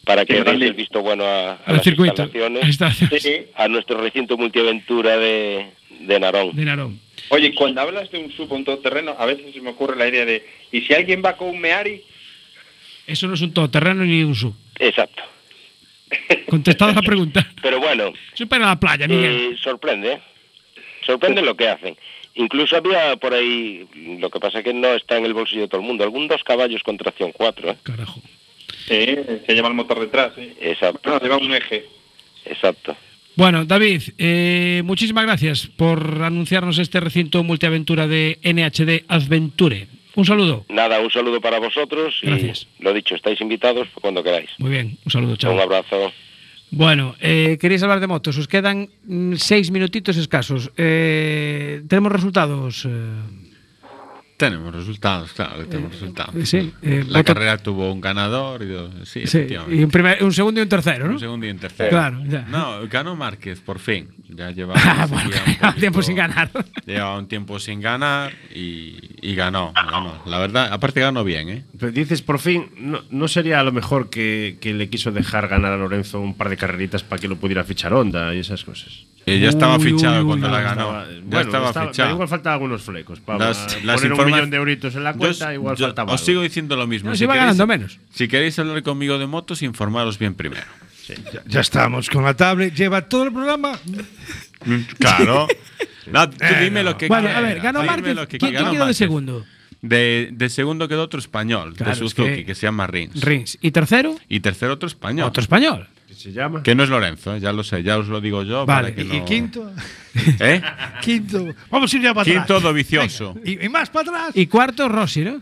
para que des el visto bueno a, a Al las circuito. instalaciones, Instalaciones. sí, a nuestro recinto multiaventura de, de Narón. De Narón. Oye, cuando hablas de un sub o un todoterreno, a veces se me ocurre la idea de, ¿y si alguien va con un Meari? Eso no es un todoterreno ni un sub. Exacto. Contestada la pregunta. Pero bueno, Soy para la playa, Miguel. eh, sorprende, ¿eh? sorprende lo que hacen. Incluso había por ahí, lo que pasa que no está en el bolsillo de todo el mundo, algún dos caballos con tracción 4, ¿eh? Sí, se lleva el motor detrás, sí. Exacto. No, lleva un eje. Exacto. Bueno, David, eh, muchísimas gracias por anunciarnos este recinto multiaventura de NHD Adventure. Un saludo. Nada, un saludo para vosotros y lo dicho, estáis invitados cuando queráis. Muy bien, un saludo, chao. Un abrazo. Bueno, Eh, queréis hablar de motos, os quedan mm, seis minutitos escasos. Eh, ¿Tenemos resultados? eh? Tenemos resultados, claro que tenemos resultados. sí, eh, la voto- carrera tuvo un ganador y dos. Sí, Sí, efectivamente. y un, primer- un segundo y un tercero, ¿no? Un segundo y un tercero. Claro, ya. No, ganó Márquez, por fin. Ya llevaba, Ah, bueno, llevaba tiempo sin ganar. llevaba un tiempo sin ganar y, y ganó, ganó. La verdad, aparte ganó bien, ¿eh? Pero dices, por fin, ¿no, no sería a lo mejor que, que le quiso dejar ganar a Lorenzo un par de carreritas para que lo pudiera fichar Honda y esas cosas? Eh, ya estaba fichado cuando la ganó. Ya bueno, estaba fichado. pero Igual faltan algunos flecos. Para Las- las poner un informa- millón de euritos en la Yo- cuenta, igual yo faltaba. Os algo. sigo diciendo lo mismo. No, se iba ganando menos. Si queréis hablar conmigo de motos, informaros bien primero. Ya estamos con la tablet. Lleva todo el programa. Claro. No, tú dime lo que Bueno, quieras. a ver, ganó Dime Márquez. lo que quieras. ¿Quién- quién Ganó quedó de Márquez. segundo? De, de segundo quedó otro español, Claro, de es Suzuki, que- que... se llama Rins. Rins. ¿Y tercero? Y tercero otro español. Otro español. ¿Qué se llama? Que no es Lorenzo, eh, ya lo sé, ya os lo digo yo. Vale. para que ¿Y- no- Y quinto, ¿Eh? quinto. Vamos a ir ya para atrás. Quinto Dovicioso. Y, y más para atrás. Y cuarto, Rossi, ¿no?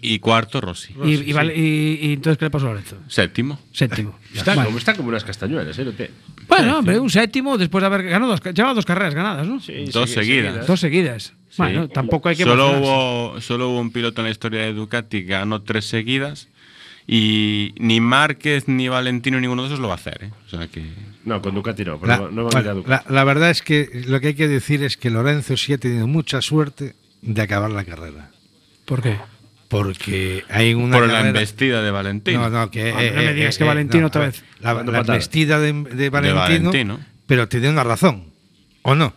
Y cuarto Rossi. y, y vale- y- y entonces, ¿qué le pasó a Lorenzo? Séptimo. Séptimo. Está, Vale. como, está como unas castañuelas, ¿eh? No te- Bueno, hombre, un séptimo después de haber ganado dos, llevaba dos carreras ganadas, ¿no? Dos segui- seguidas. seguidas. Dos seguidas. Sí. Bueno, tampoco hay que solo emocionarse. hubo, solo hubo un piloto en la historia de Ducati que ganó tres seguidas. Y ni Márquez ni Valentino, ninguno de esos lo va a hacer. ¿eh? O sea que. No, con Ducati Pues no, La, bueno, la- la verdad es que lo que hay que decir es que Lorenzo sí ha tenido mucha suerte de acabar la carrera. ¿Por qué? Porque hay una Por la carrera- embestida de Valentino. No, no, que. Hombre, eh, Ah, no me eh, digas eh, que Valentino no, otra a ver, vez. La, Dando la patadas. embestida de, de Valentino, Valentino. Pero tiene una razón. ¿O no?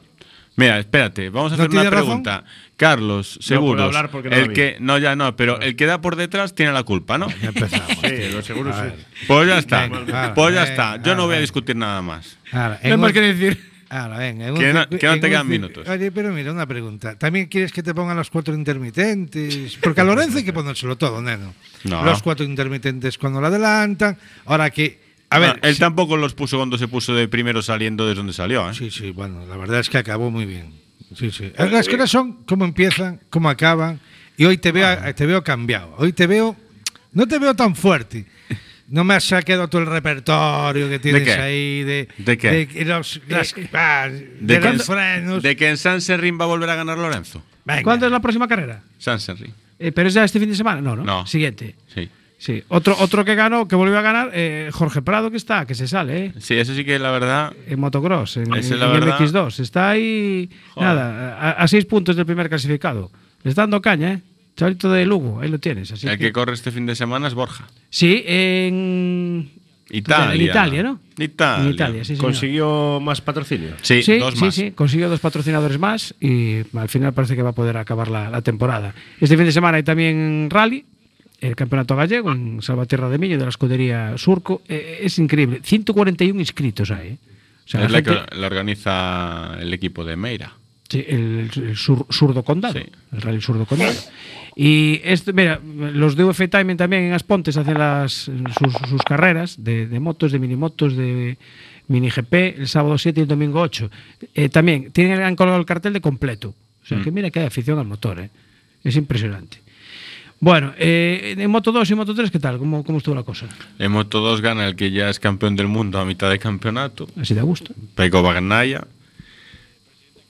Mira, espérate, vamos a ¿No hacer una tiene razón? pregunta. Carlos, No puedo seguros. hablar porque no lo el vi. que no ya no, pero el que da por detrás tiene la culpa, ¿no? Sí, lo seguro sí. Pues ya está. Venga, pues ya venga, está. Yo no voy a discutir nada más. Ahora, No hay más que decir. Ahora, venga, en Que no- circu- que no en te un quedan cir- minutos. Oye, pero mira, una pregunta. ¿También quieres que te pongan los cuatro intermitentes? Porque a Lorenzo hay que ponérselo todo, neno. No. Los cuatro intermitentes cuando lo adelantan. Ahora que. A ver, No, él tampoco los puso cuando se puso de primero saliendo desde donde salió, ¿eh? Sí, sí, bueno, la verdad es que acabó muy bien. Sí, sí. Las cosas son cómo empiezan, cómo acaban. Y hoy te veo, te veo cambiado. Hoy te veo. No te veo tan fuerte. No me has saqueado todo el repertorio que tienes qué? ahí de. ¿De qué? que los, las- ah, de ¿De, que los en- frenos. de que en San Serrín va a volver a ganar Lorenzo. ¿Cuándo es la próxima carrera? San Serrín. Eh, ¿Pero es ya este fin de semana? No, ¿no? No. Siguiente. Sí. Sí. Otro, otro que ganó, que volvió a ganar, eh, Jorge Prado, que está, que se sale, ¿eh? Sí, eso sí que la verdad. En motocross, en, Esa es en la verdad. MX2. Está ahí, nada, a, a seis puntos del primer clasificado. Le está dando caña, ¿eh? Chavalito de Lugo, ahí lo tienes. Así El que- que corre este fin de semana es Borja. Sí, en Italia. En Italia, ¿no? Italia. En Italia, sí, señor. ¿Consiguió más patrocinio? Sí, sí, dos sí, más. sí, consiguió dos patrocinadores más y al final parece que va a poder acabar la, la temporada. Este fin de semana hay también rally, el campeonato gallego en Salvatierra de Miño de la escudería Surco. Eh, es increíble, 141 inscritos hay. ¿eh? O sea, la es la gente- que la organiza el equipo de Meira. Sí, el, el sur- surdo condado, el rally surdo condado. Y esto, mira, los de UF Timing también en Aspontes hacen las, sus, sus carreras de, de motos, de minimotos, de mini GP, el sábado 7 y el domingo 8. Eh, también tienen, han colgado el cartel de completo. O sea, Mm. que mira que hay afición al motor, ¿eh? es impresionante. Bueno, eh, en Moto 2 y Moto 3, ¿qué tal? ¿Cómo, cómo estuvo la cosa? En Moto 2 gana el que ya es campeón del mundo a mitad de campeonato. Así da gusto. Peko Bagnaia.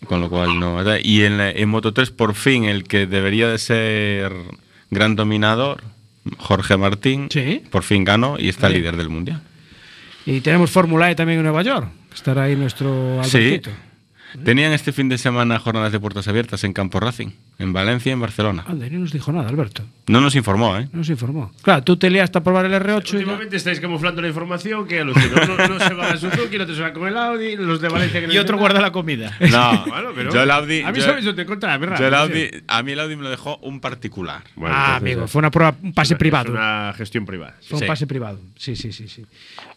Con lo cual no. ¿verdad? Y en, la- en Moto 3 por fin el que debería de ser gran dominador, Jorge Martín, por fin ganó y está Sí. líder del mundial. Y tenemos Fórmula E también en Nueva York. Estará ahí nuestro Sí. Albertito. Tenían este fin de semana jornadas de puertas abiertas en Campo Racing, en Valencia y en Barcelona. Anda, y no nos dijo nada, Alberto. No nos informó, ¿eh? No nos informó. Claro, tú te liaste a probar el R8 y ya- Últimamente estáis camuflando la información que alucino. Uno, no se va a Suzuki, el otro se va con el Audi, los de Valencia que no Y otro dicen guarda nada. la comida. Ah, No, Bueno, pero yo el Audi- A mí yo- sabes dónde encontrar, ¿verdad? Yo el Audi- a mí el Audi me lo dejó un particular. ah, amigo, fue una prueba, un pase privado. una gestión privada. Fue un Sí. pase privado. Sí, sí, sí, sí.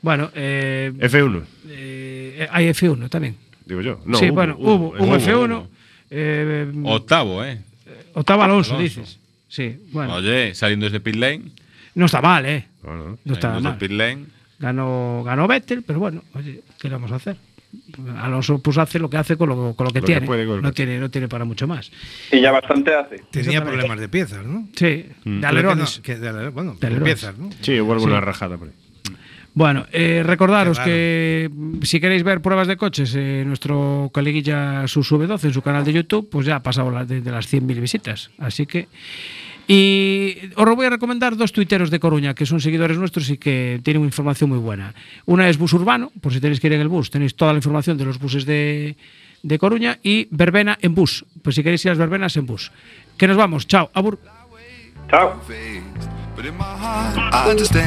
Bueno, eh, F1. eh, hay F1 también. Digo yo. No, sí, hubo, bueno, hubo, hubo, hubo, hubo, hubo. F1. eh, Octavo, ¿eh? Octavo Alonso, Alonso. dices. Sí, bueno. Oye, saliendo desde pit lane. No está mal, ¿eh? No está saliendo desde mal. pit lane. Ganó, ganó Vettel, pero bueno, oye, ¿qué le vamos a hacer? Alonso pues hace lo que hace con lo, con lo que Lo que tiene. puede con el no tiene. No tiene para mucho más. Y ya bastante hace. Tenía problemas de piezas, ¿no? Sí, de alerones. Que no, que de ale- bueno, De alerones. de piezas, ¿no? Sí, vuelvo Sí. una rajada por Bueno, eh, Qué recordaros raro. que mm, si queréis ver pruebas de coches, eh, nuestro coleguilla Susu V12 en su canal de YouTube, pues ya ha pasado la- de, de las 100.000 visitas. Así que. Y os voy a recomendar dos tuiteros de Coruña que son seguidores nuestros y que tienen información muy buena. Una es Bus Urbano, por si tenéis que ir en el bus, tenéis toda la información de los buses de, de Coruña, y Verbena en bus, pues si queréis ir a las verbenas en bus. Que nos vamos, chao, abur. Chao. I understand.